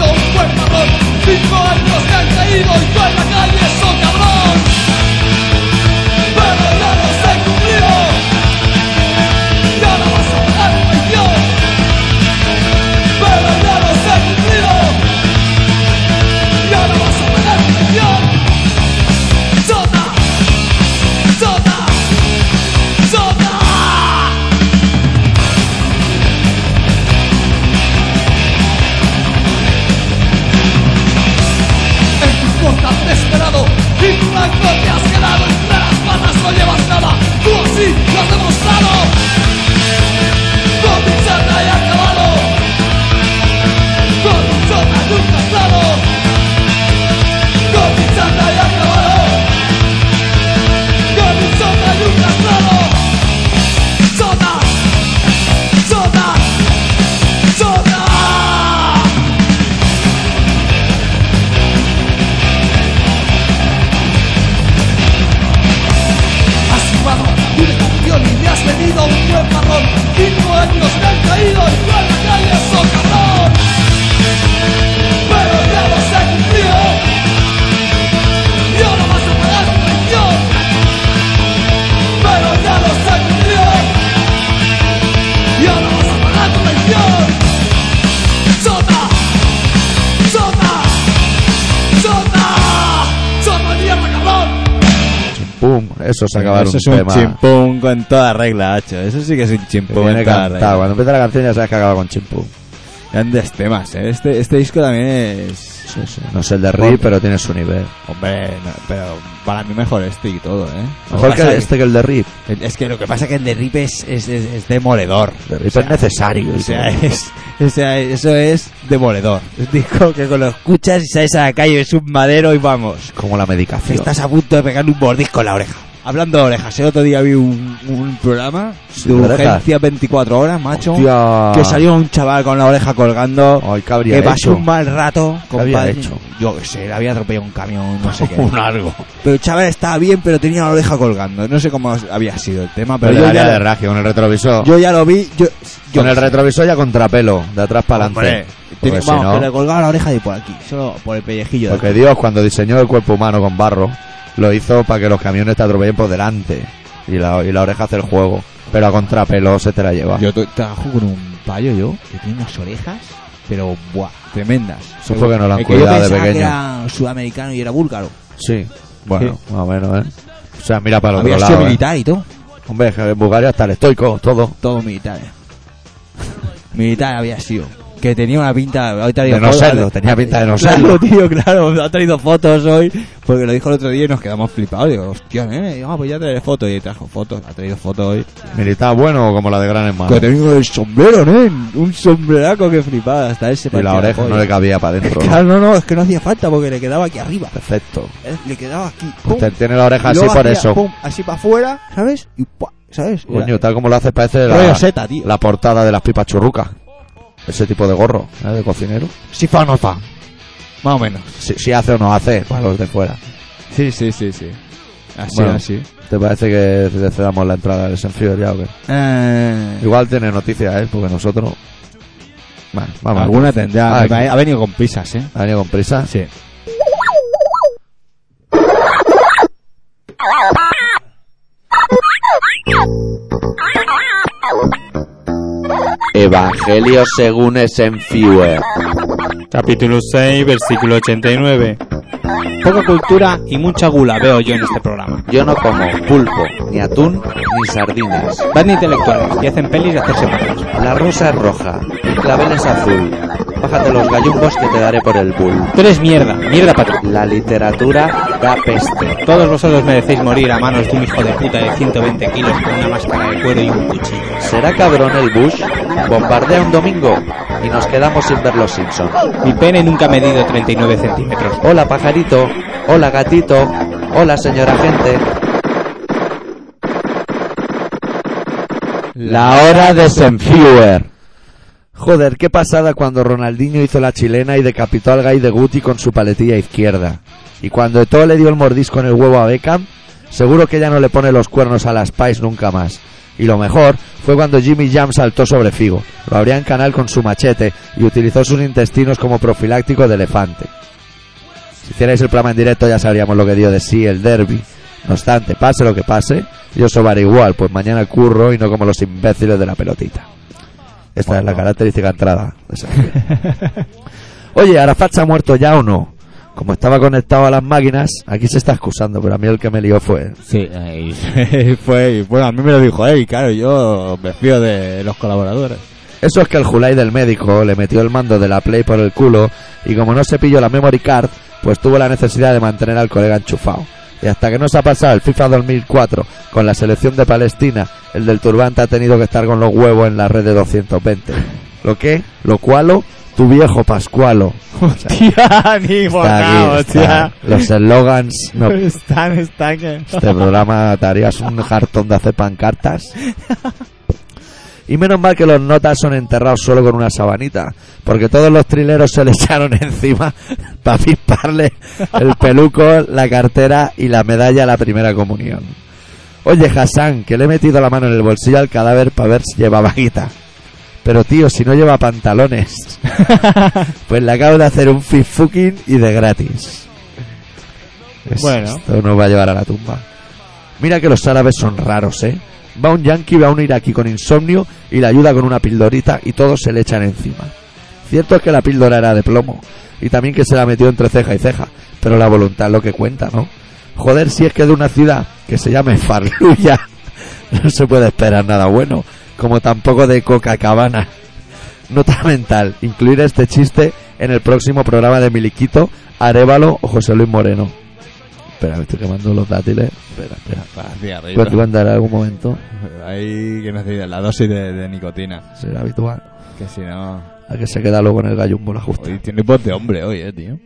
oh, sido un buen marrón. Cinco años me han caído y yo en la calle socarrón. Pero ya no se cumplió. Y ahora vas a pagar tu traición. Pero ya no se cumplió. Y ahora vas a pagar tu traición. Sota, sota, sota, sota mierda cabrón.
¡Pum! Eso es acabar
Eso
un
es un
tema.
chimpún con toda regla, hacho. Eso sí que es un
Que
chimpún
viene
con toda
cantado.
regla.
Cuando empieza la canción ya sabes que acaba con chimpú.
Grandes temas, ¿eh? Este, este disco también es...
Sí, sí. No sé el de Rip, pero tiene su nivel.
Hombre, no, pero para mí mejor este y todo, ¿eh? Lo
Mejor
pasa
que este que el de Rip.
El- Es que lo que pasa es que el de Rip es, es, es- es demoledor.
El de Rip es necesario.
O sea, [LAUGHS]
tío.
es, o sea, eso es demoledor. Es un disco que con lo escuchas y sales a la calle, es un madero y vamos.
Como la medicación.
Estás a punto de pegarle un mordisco en la oreja. Hablando de orejas, el otro día vi un, un programa
Sí,
de
de orejas.
urgencias 24 horas, macho.
Hostia.
Que salió un chaval con la oreja colgando.
Ay, ¿qué
que
habría
pasó
hecho?
un mal rato, compadre.
había hecho?
Yo qué sé, le había atropellado un camión, no [LAUGHS] sé qué.
largo.
Pero el chaval estaba bien, pero tenía la oreja colgando. No sé cómo había sido el tema, pero
Pero
yo,
yo
ya,
de raje con el retrovisor.
yo ya lo vi. Yo, yo
con el retrovisor ya contrapelo, de atrás para
Hombre,
adelante.
tiene-
Porque si
vamos,
no-
que le colgaba la oreja de por aquí, solo por el pellejillo. de
Porque
acá.
Dios, cuando diseñó el cuerpo humano con barro, lo hizo para que los camiones te atropellen por delante. Y la, y la oreja hace el juego. Pero a contrapelo se te la lleva.
Yo to- trabajo con un payo, yo, que tiene unas orejas, pero buah, tremendas.
Eso fue que no lo han
El yo
cuidado de
pensaba
pequeño.
Que era sudamericano y era búlgaro.
Sí. Bueno, más o menos, ¿eh? O sea, mira para el
Había
otro
sido
lado. ¿eh?
militar y todo.
Hombre, que en Bulgaria hasta el estoico, todo.
Todo militar. [LAUGHS] militar había sido. Que tenía una pinta. Ahorita
De
digo,
no
joder,
serlo, tenía pinta de no serlo.
¿eh? Claro, tío, claro, ha traído fotos hoy, porque lo dijo el otro día y nos quedamos flipados. Digo, hostia, ¿eh? Digo, ah, pues ya traeré fotos. Y trajo fotos, ha traído fotos hoy.
Militar bueno o como la de Gran Hermano.
Que tengo el sombrero, ¿eh? Un sombreraco que flipada, hasta ese
Y la oreja no le cabía para adentro.
Claro, no, no, es que no hacía falta porque le quedaba aquí arriba.
Perfecto.
Eh, Le quedaba aquí. pum,
Usted tiene la oreja
y
así
luego
por
hacía,
eso.
pum, así para afuera, ¿sabes? Y ¡pua! ¿sabes? Era-
Coño, tal como lo haces parece
rollo
la,
seta, tío.
la portada de las pipas churrucas. Ese tipo de gorro, ¿eh? De cocinero.
Si fa o no fa. Más o menos.
Si, si hace o no hace, para los de fuera.
Sí, sí, sí, sí. Así,
Bueno.
así.
¿Te parece que le cedamos la entrada al Senfío ya o qué?
Eh,
Igual tiene noticias, ¿eh? Porque nosotros... Bueno, vamos.
alguna tendrá.
Ah,
me ha ha venido con prisas, ¿eh?
¿Ha venido con prisa?
Sí.
Evangelio según Esenfiewer.
Capítulo 6, versículo 89. Poca cultura y mucha gula veo yo en este programa.
Yo no como pulpo, ni atún, ni sardinas.
Van de intelectuales y hacen pelis de hacerse malos.
La rosa es roja, el clavel es azul. Bájate los gallumbos que te daré por el bull.
Tú eres mierda, mierda para ti.
La literatura da peste.
Todos vosotros merecéis morir a manos de un hijo de puta de 120 kilos con una máscara de cuero y un cuchillo.
¿Será cabrón el Bush? Bombardea un domingo y nos quedamos sin ver los Simpsons.
Mi pene nunca ha medido 39 centímetros.
Hola pajarito, hola gatito, hola señora gente.
La hora de Senfiewer. Joder, qué pasada cuando Ronaldinho hizo la chilena y decapitó al gay de Guti con su paletilla izquierda. Y cuando Eto'o le dio el mordisco en el huevo a Beckham, seguro que ya no le pone los cuernos a las Spice nunca más. Y lo mejor fue cuando Jimmy Jam saltó sobre Figo, lo abría en canal con su machete y utilizó sus intestinos como profiláctico de elefante. Si hicierais el programa en directo ya sabríamos lo que dio de sí el derby. No obstante, pase lo que pase, yo sobaré igual, pues mañana curro y no como los imbéciles de la pelotita. Esta es la característica entrada. de ese tío. Oye, Arafat se ha muerto ya o no. Como estaba conectado a las máquinas, aquí se está excusando, pero a mí el que me lió fue él.
Sí, ahí [LAUGHS] fue. y Bueno, a mí me lo dijo él, y claro, yo me fío de los
[LAUGHS]
colaboradores.
Eso es que el Julai del médico le metió el mando de la Play por el culo y como no se pilló la memory card, pues tuvo la necesidad de mantener al colega enchufado. Y hasta que no se ha pasado el FIFA 2004 con la selección de Palestina, el del turbante ha tenido que estar con los huevos en la red de 220. ¿Lo qué? ¿Lo cualo? Tu viejo Pascualo.
Hostia, ni
Está
bocado,
aquí, está.
hostia.
Los eslogans... No,
Están, están. que-
este programa te harías un jartón de hacer pancartas. Y menos mal que los notas son enterrados solo con una sabanita, porque todos los trileros se le echaron [LAUGHS] encima para pisparle el peluco, la cartera y la medalla a la primera comunión. Oye, Hassan, que le he metido la mano en el bolsillo al cadáver para ver si llevaba guita. Pero tío, si no lleva pantalones, pues le acabo de hacer un fit fucking y de gratis. Es-
Bueno.
Esto nos va a llevar a la tumba. Mira que los árabes son raros, ¿eh? Va un yanqui, va un iraquí con insomnio y le ayuda con una pildorita y todos se le echan encima. Cierto es que la píldora era de plomo y también que se la metió entre ceja y ceja, pero la voluntad es lo que cuenta, ¿no? Joder, si es que de una ciudad que se llame Farluya [LAUGHS] no se puede esperar nada bueno, como tampoco de Coca Cabana. Nota mental, incluir este chiste en el próximo programa de Miliquito, Arevalo o José Luis Moreno. Espera, me estoy quemando los dátiles. Espera, espera.
Hacia arriba.
¿Cuánto andar en algún momento?
Ahí que necesitas la dosis de, de nicotina.
Será habitual.
Que si no.
A que se queda luego en el gallumbo la justa.
Hoy tiene voz de hombre hoy, eh, tío.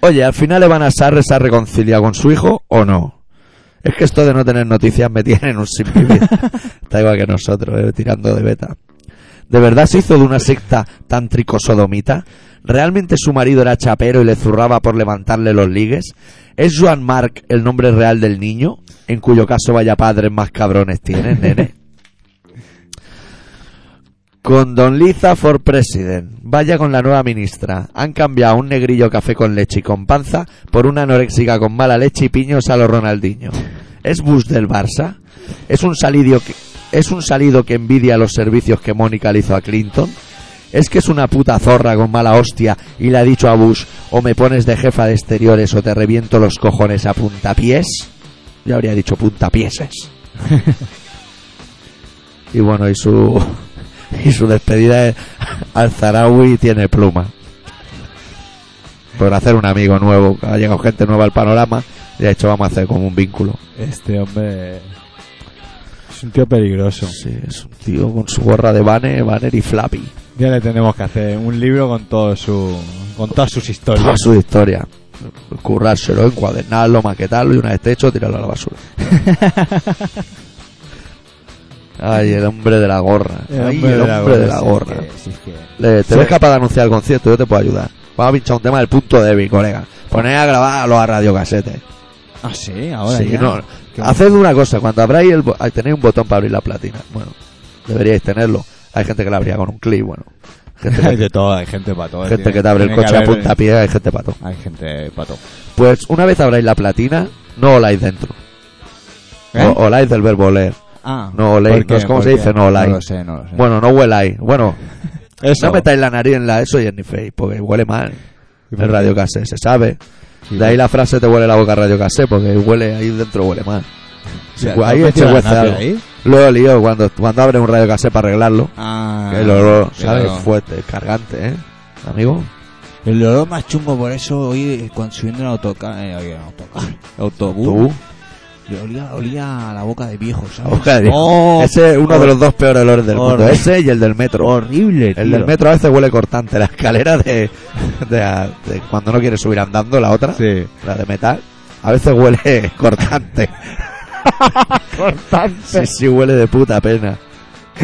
Oye, al final Evan Sarre se ha reconciliado con su hijo o no. Es que esto de no tener noticias me tiene en un simple. Está igual que nosotros, eh, tirando de beta. ¿De verdad se hizo de una secta tántrico-sodomita? ¿Realmente su marido era chapero y le zurraba por levantarle los ligues? ¿Es Joan Marc el nombre real del niño? En cuyo caso vaya padres más cabrones tienes, nene. Con Don Liza for President. Vaya con la nueva ministra. Han cambiado un negrillo café con leche y con panza por una anoréxica con mala leche y piños a lo Ronaldinho. ¿Es Bus del Barça? ¿Es un salido que, es un salido que envidia los servicios que Mónica le hizo a Clinton? ¿Es que es una puta zorra con mala hostia y le ha dicho a Bush o me pones de jefa de exteriores o te reviento los cojones a puntapiés? Yo habría dicho puntapieses. y bueno, y su y su despedida es al Zarawi tiene pluma. Por hacer un amigo nuevo, ha llegado gente nueva al panorama y ha hecho vamos a hacer como un vínculo.
Este hombre. Es un tío peligroso.
Sí, es un tío con su gorra de banner, banner y flappy.
Ya le tenemos que hacer un libro con todo su. con todas sus
Toda
historias.
su historia. Currárselo, encuadernarlo, maquetarlo y una vez techo, tirarlo a la basura. Ay, el hombre de la gorra. Ay, el hombre de la gorra.
Sí, es que-
Le- te ves capaz de anunciar el concierto, yo te puedo ayudar. Vamos a pinchar un tema del punto débil, colega. Poner a grabarlo a radiocasetes.
Ah, sí, ahora
Sí,
ya.
no.
Qué
Haced una cosa, cuando abráis el bo- ah, tenéis un botón para abrir la platina. Bueno, deberíais tenerlo. Hay gente que la abría con un clic, bueno. [LAUGHS]
[LAUGHS]
Gente
hay
que,
de todo, hay gente para todo.
gente
tiene-
que te abre el
tiene que
coche a
haber-
puntapié, hay gente pato.
Hay gente para todo.
Pues una vez abráis la platina, no oláis dentro.
¿Eh?
O- oláis del verbo oler.
Ah,
No oléis,
¿por qué?
no sé cómo
¿Por
se
qué?
dice, no oláis.
No lo sé, no lo sé.
Bueno, no hueláis. Bueno,
Eso.
no metáis la nariz en la eso y en mi face, porque huele mal. El radio cassette, se sabe.
Sí.
De ahí la frase te huele la boca radio cassette, porque huele ahí dentro huele mal.
O sea,
Sí,
¿no
ahí
has
he hecho
metido la
huezo
nafia
algo.
ahí?
Lo he olido cuando, cuando abres un radio cassette para arreglarlo.
Ah,
el olor,
claro.
¿sabes? Fuerte, cargante, ¿eh? Amigo.
El olor más chungo por eso hoy cuando subiendo en autocar, eh, oye, en autocar, autobús,
Uh.
Tú.
yo olía, olía a la boca de viejo,
la
¿sabes?
boca de Dios.
Oh,
Ese es uno de los dos peores olores del mundo.
Horrible.
Ese y el del metro.
horrible,
el del metro a veces huele cortante. La escalera de, de, de cuando no quieres subir andando, la otra,
Sí.
la de metal, a veces huele [LAUGHS] cortante.
[LAUGHS] Cortante.
Sí, sí, huele de puta pena.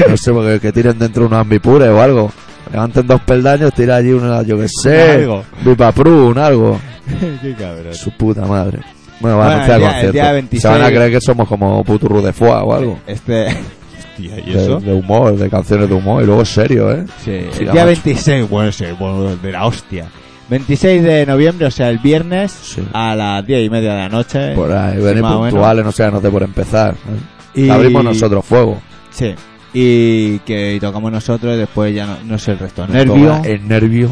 No sé, porque que tiren dentro unos ambipures o algo. Levanten dos peldaños, tira allí una, yo que sé,
Algo.
Vipapru, un algo.
[LAUGHS] Qué cabrón.
Su puta madre. Bueno, va a
Bueno,
anunciar
el
el
día- el día
concierto.
26.
Se van a creer que somos como Puturru de Foix o algo.
Este. [LAUGHS] Hostia, ¿y
De-
eso?
De, humor, de canciones de humor. Y luego es serio, ¿eh?
Sí,
Sí,
el
la
día
macho.
26, bueno, sí, bueno, de la hostia. 26 de noviembre, o sea, el viernes
Sí.
a las 10 y media de la noche.
Por ahí,
Sí,
venir
más o menos.
puntuales, no sea, no te por empezar. ¿eh?
Y-
Abrimos nosotros fuego.
Sí. Y que y tocamos nosotros y después ya no, no sé el resto.
Toma
Nervio, Eh,
El nervio,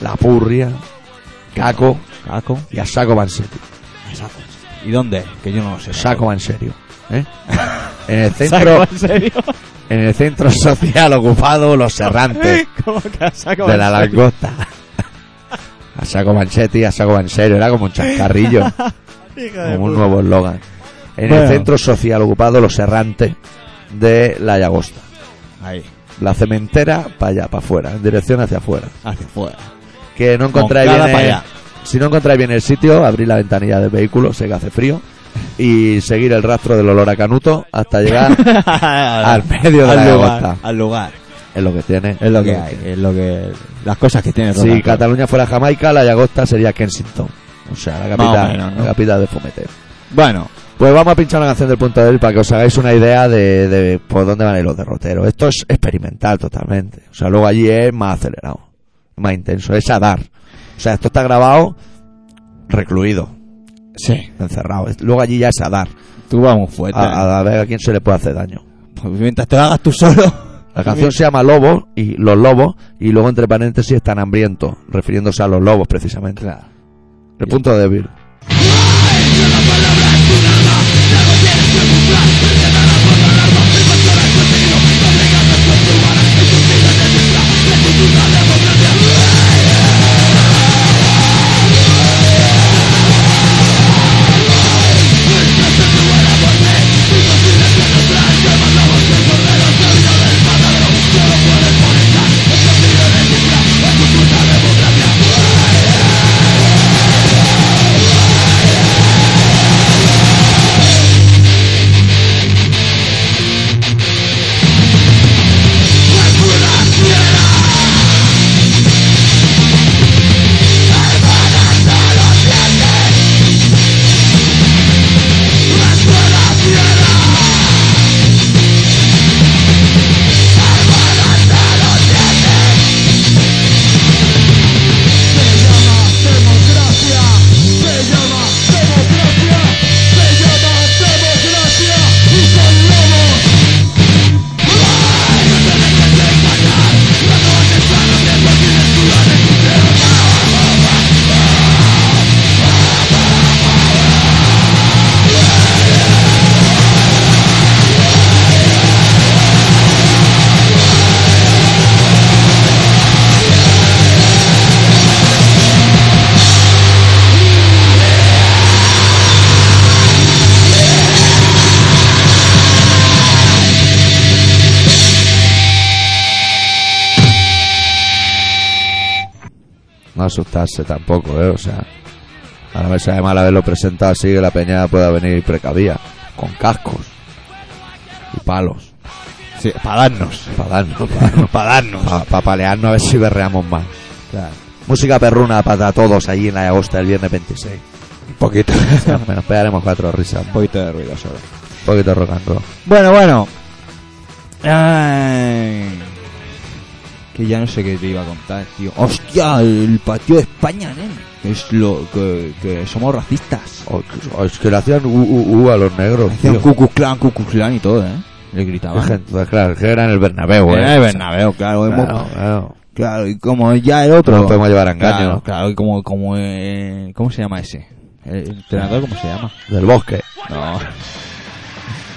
la purria, caco
Caco.
y a saco van serio.
¿Y dónde? Que yo no lo sé.
Saco va en serio. ¿eh? En el
[LAUGHS] ¿Saco
centro,
en serio?
en el centro social ocupado Los Errantes.
¿Cómo que [LAUGHS] saco
de
en
la
serio?
langosta. [LAUGHS] A saco manchetti, a saco manchero, era como un
[LAUGHS]
chascarrillo,
Hija de
como un
puta.
nuevo eslogan. En
Bueno.
el centro social ocupado Los Errantes de la Llagosta.
Ahí,
La cementera para allá, para afuera, en dirección hacia afuera.
hacia [LAUGHS] afuera.
Que no encontráis bien.
Moncada
el-
pa' allá.
Si no encontráis bien el sitio, abrir la ventanilla del vehículo, sé que hace frío, y seguir el rastro del olor a canuto hasta
[LAUGHS]
llegar al medio de
al
la
lugar,
Llagosta.
al lugar.
Es lo que tiene.
Es lo que hay, es lo que. Las cosas que tiene
Si
Ronaldo.
Cataluña fuera Jamaica, la Llagosta sería Kensington. O sea, la
Más o
capital,
menos, ¿no?
la capital de Fomete.
Bueno,
Pues vamos a pinchar una canción del punto débil para que os hagáis una idea de, de por dónde van a ir los derroteros. Esto es experimental totalmente. O sea, luego allí es más acelerado, más intenso, es a dar. O sea, esto está grabado recluido,
sí,
encerrado. Es- Luego allí ya es a dar,
tú vas muy fuerte.
a, a ver a quién se le puede hacer daño.
Pues mientras te lo hagas tú solo.
La
[LAUGHS]
canción se llama Lobo y los lobos y luego entre paréntesis están hambrientos, refiriéndose a los lobos precisamente.
Claro.
El punto débil. No asustarse tampoco, ¿eh? O sea, ahora me sabe mal haberlo presentado así que la peña pueda venir precavida, con cascos y palos,
Sí, para darnos.
para darnos,
Para darnos.
para palearnos a ver si berreamos más. Música perruna para todos allí en la de agosto del viernes 26.
Un
[LAUGHS]
poquito.
Nos pegaremos cuatro risas,
Un poquito de ruido solo.
un poquito de rock and roll.
Bueno, bueno. Ay. Que ya no sé qué te iba a contar, tío. ¡Hostia! El patio de España, nen. Es lo que, que somos racistas.
O- o- es que le hacían u, u- u a los negros,
Hacían
tío.
Cucu Clan, Cucu Clan y todo, ¿eh? Le gritaban.
Gente, claro, que era en el Bernabéu, ¿eh?
Era el Bernabéu, claro, hemos-
Claro, claro.
claro, y como ya el
No
otro.
nos podemos llevar a engaño.
claro, claro, y como, como, eh, ¿cómo se llama ese? ¿El el entrenador cómo se llama?
Del bosque.
No. [LAUGHS]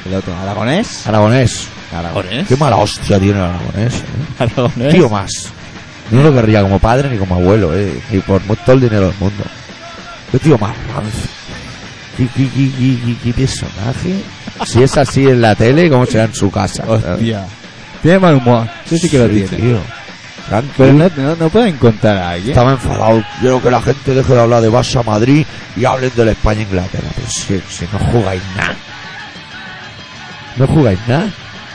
El otro, ¿Aragonés?
Aragonés.
¿Aragonés?
Qué mala hostia tiene el aragonés. ¿eh?
¿Aragonés?
Tío más. No lo querría como padre ni como abuelo, eh. Y por mu- todo el dinero del mundo. Qué tío más rancio. Qué, qué- qué- qué- qué- qué personaje. Si es así en la tele, ¿cómo será en su casa?
Hostia. Tiene mal humor. Yo sí que lo tiene.
Tío. Gran
Pero no, no, no puede encontrar a alguien.
Estaba enfadado. Quiero que la gente deje de hablar de Barça Madrid y hablen de la España Inglaterra. Pero si, si no jugáis nada. No jugáis nada.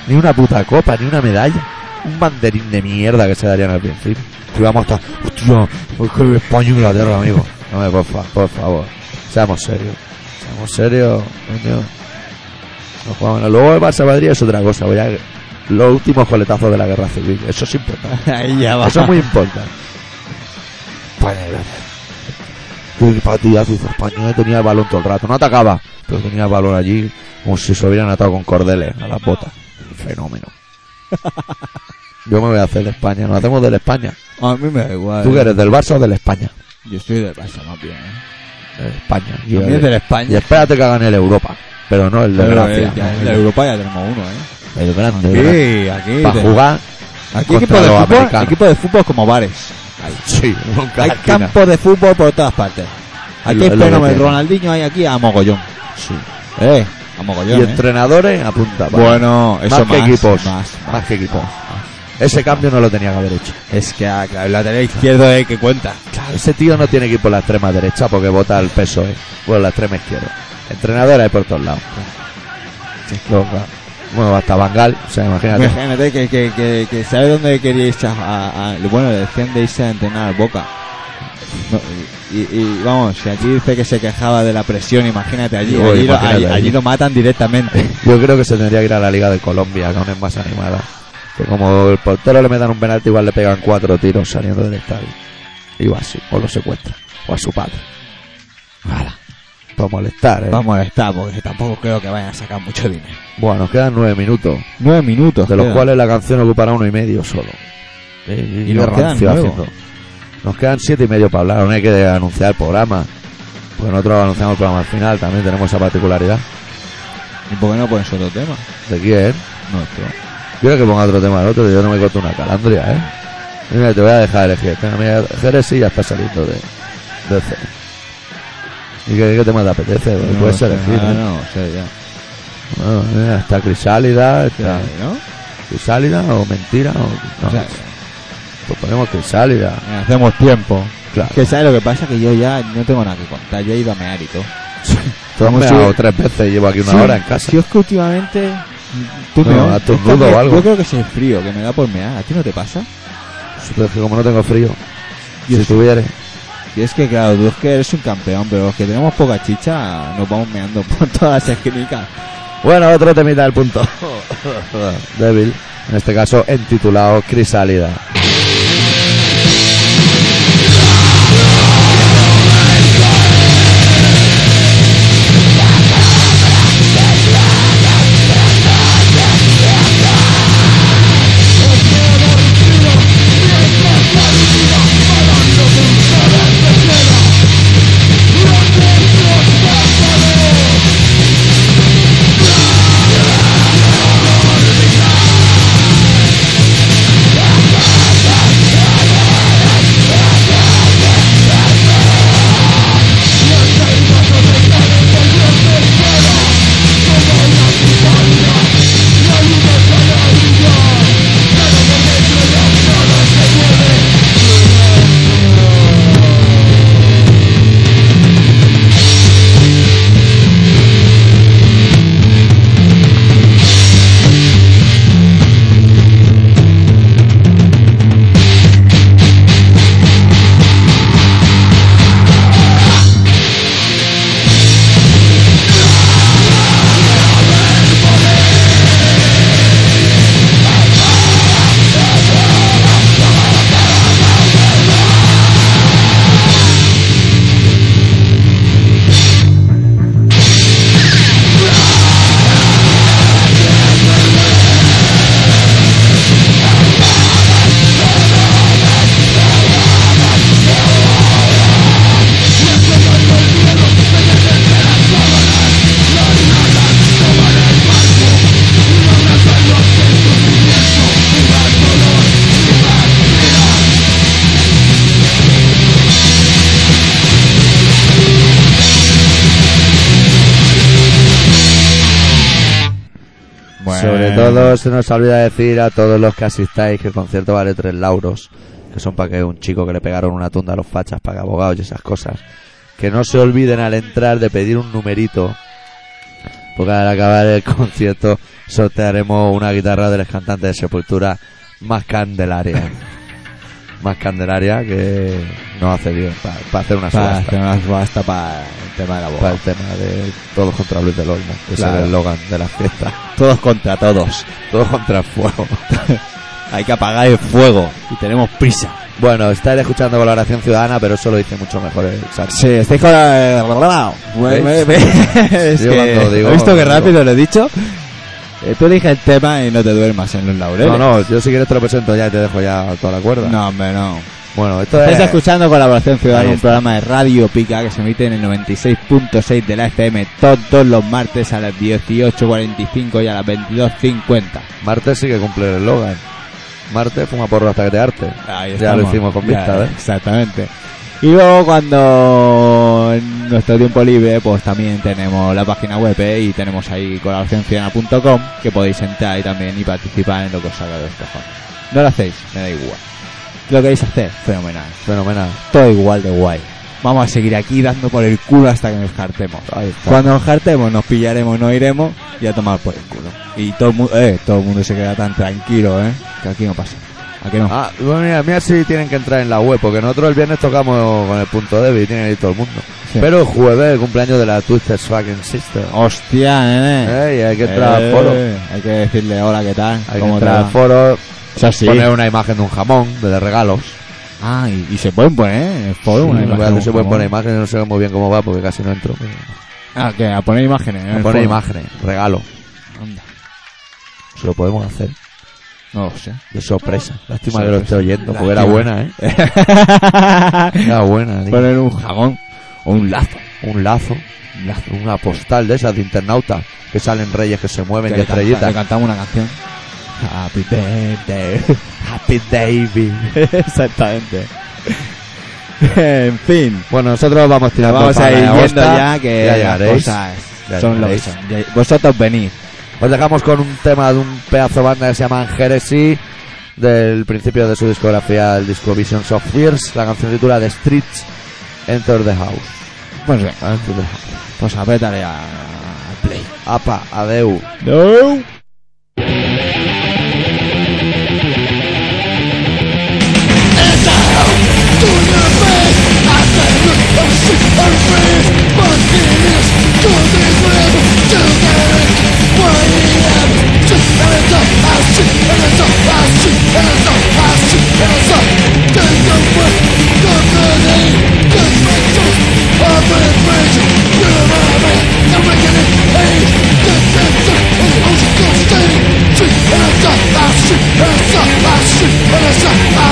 Ni una puta copa, ni una medalla. Un banderín de mierda que se darían al principio. Si vamos a estar, hostia, es que España Inglaterra, amigo. No, eh, por, fa- por favor, seamos serios. Seamos serios, coño. No jugamos nada. Luego el Barça Madrid es otra cosa. Voy a los últimos coletazos de la guerra civil. Eso es importante.
Ahí ya va.
Eso es muy importante. Española. Qué partidazo hizo España. Tenía el balón todo el rato. No atacaba, pero tenía el balón allí como si se hubieran atado con cordeles a las botas.
[LAUGHS]
Fenómeno. Yo me voy a hacer de España. Nos hacemos del España.
A mí me da igual.
¿Tú que eres del Barça o del España?
Yo estoy del Barça más bien. ¿eh?
Del España.
A
Yo
mí es
de-
del
Y
España.
espérate que hagan el Europa. Pero no el de
Pero,
Gracia.
eh, ya, en la Europa ya tenemos uno, ¿eh?
El grande. el grande.
Aquí, aquí.
Para
te-
jugar.
Aquí
contra
equipo de,
los
fútbol,
americanos.
equipo de fútbol como bares.
Sí, nunca.
Hay campos de fútbol por todas partes. Aquí
Es
hay
lo- es lo que
fenómeno.
tiene.
Ronaldinho hay aquí a mogollón. Eh, a
Y
mogollón. ¿eh?
entrenadores apunta. vale.
Bueno, eso
más,
más.
que equipos.
Más.
Más, que equipos. Ese cambio no lo tenía que haber hecho.
Es que ah, claro, el lateral izquierdo es el que cuenta.
Ese tío no tiene que ir por la extrema derecha porque vota el PSOE. E. Bueno, la extrema izquierda. Entrenadores hay por todos lados. Luego, claro, Bueno, hasta Bangal, o sea, imagínate.
[LAUGHS] Imagínate que, que, que, que sabe dónde quería irse a, a- a- Bueno, le decían de irse a entrenar al Boca. No, Y, y, vamos, si aquí dice que se quejaba de la presión, imagínate allí.
Uy,
allí, lo-
imagínate
allí-
allí.
allí lo matan
[LAUGHS]
directamente.
Yo creo que se tendría que ir a la Liga de Colombia, que aún es más animada. Que como el portero le metan un penalti, igual le pegan cuatro tiros saliendo del estadio. Y va así, o lo secuestran, o a su padre. Nada. Para molestar, ¿eh?
Va a molestar, porque tampoco creo que vayan a sacar mucho dinero.
Bueno, nos quedan nueve minutos,
Nueve minutos.
de los
quedan.
cuales la canción ocupará uno y medio solo.
Y nos quedan
rancio
nueve.
Nos quedan siete y medio para hablar, aún hay que anunciar el programa. Porque nosotros anunciamos el programa al final, también tenemos esa particularidad.
¿Y por qué no pones otro tema?
¿De quién?
No, tío.
Quiero que ponga otro tema al otro, yo no me corto una calandria, ¿eh? Mira, te voy a dejar elegir. Tengo mira, Jerez ya está saliendo de, de C. ¿Y qué, qué tema te apetece?
No,
Puedes
no,
elegir.
No,
¿eh?
no, o sea, ya.
Bueno, mira, está Crisálida, está
Ya, ¿no?
Crisálida o Mentira o... no,
O sea,
pues ponemos Crisálida,
que hacemos tiempo.
claro.
Que sabes lo que pasa, que yo ya no tengo nada que contar. Yo he ido a mear y todo.
Tú has
Vamos,
meado
sí.
tres veces y llevo aquí una
Sí,
hora en casa.
Si es que últimamente. Tú
No,
no,
a tornudo o algo.
Yo creo que es el frío que me da por mear. ¿A ti no te pasa?
Pero es que como no tengo frío, si tuvieras...
Y es que, claro, tú es que eres un campeón, pero los que tenemos poca chicha nos vamos meando [LAUGHS] por todas las esquinicas.
Bueno, otro temita del punto. [LAUGHS] Débil. En este caso, entitulado Crisálida. Sobre todo se nos olvida decir a todos los que asistáis que el concierto vale tres lauros, que son para que un chico que le pegaron una tunda a los fachas, para que abogados y esas cosas, que no se olviden al entrar de pedir un numerito, porque al acabar el [LAUGHS] concierto sortearemos una guitarra del cantante de Sepultura más candelaria. más candelaria que nos hace bien para hacer una
Para
subasta.
hacer una subasta para el tema de la
Para
boda.
el tema de todos contra Luis del Olmo, que es
Claro.
el eslogan de la fiesta.
Todos contra todos.
Todos contra fuego.
Hay que apagar el fuego. Y tenemos prisa.
Bueno, estáis escuchando Colaboración Ciudadana, pero eso lo dice mucho mejor el sax.
Sí, estoy con la...
¿Veis? [LAUGHS]
Es
Yo cuando digo-
¿Has visto qué rápido lo he dicho? Eh, Tú dije el tema y no te duermas en los laureles.
No, no, yo si quieres te lo presento ya y te dejo ya toda la cuerda.
No, hombre, no.
Bueno, esto
Estáis
es...
escuchando Colaboración
Pues- Ahí
Ciudadana, un
está.
programa de Radio Pica que se emite en el 96.6 de la FM todos los martes a las 18.45 y a las 22.50.
Marte sí que cumple el eslogan. Marte fuma porro hasta que te arte.
Ahí
Ya
estamos.
lo hicimos con
Ya,
vista, ¿eh?
Exactamente. Y luego cuando en nuestro tiempo libre, pues también tenemos la página web ¿eh? y tenemos ahí colaboracionciudadana.com que podéis entrar ahí también y participar en lo que os salga de los cojones. No lo hacéis, me da igual. Lo queréis hacer, fenomenal.
Fenomenal.
Todo igual de guay. Vamos a seguir aquí dando por el culo hasta que nos hartemos.
Ahí está.
Cuando nos hartemos, nos pillaremos, nos iremos y a tomar por el culo. Y todo el mundo, eh, todo el mundo se queda tan tranquilo, eh, que aquí no pasa. ¿A que no?
Ah, bueno, mira, mira si tienen que entrar en la web, porque nosotros el viernes tocamos con el punto débil y tienen que ir todo el mundo.
Sí.
Pero el jueves, el cumpleaños de la Twister Fucking Sister.
Hostia, nene.
Ey, hay que entrar
Eh,
al foro.
Hay que decirle hola, ¿qué tal?
Hay que
¿Cómo te
entrar
va?
al foro,
Eso sí.
poner una imagen de un jamón, de, de regalos.
Ah, y, y se pueden poner en el foro una
Sí,
imagen.
verdad,
de
no
un
se puede
jamón.
poner imágenes, no sé muy bien cómo va porque casi no entro.
Ah, que a poner imágenes. en el
Poner
foro.
imágenes, regalo.
Anda,
Se lo podemos hacer.
No lo sé. [LAUGHS]
De sorpresa. Lástima
Sorpresa.
que lo esté oyendo, porque era
Lástima.
buena, ¿eh? Era buena, tío.
poner un jamón o un lazo.
Un lazo, un lazo, una postal de esas de internauta, que salen reyes que se mueven y
le canta-
estrellitas.
le cantamos una canción. Happy birthday.
Happy David.
[LAUGHS] Exactamente. en fin.
Bueno, nosotros vamos tirando
Vamos a
para
ir
agosto,
viendo ya que
ya
las
llegaréis.
cosas
Ya
son lo que
llegaréis.
son. Ya- Vosotros venid.
Os dejamos con un tema de un pedazo de banda que se llama Heresy, del principio de su discografía, el disco Visions of Fears, la canción titulada The Streets, Enter the House.
Pues venga,
Enter the House.
pues apétale a, a play.
Apa, adeu.
No.
Shit, hands up, I shoot, hands up, I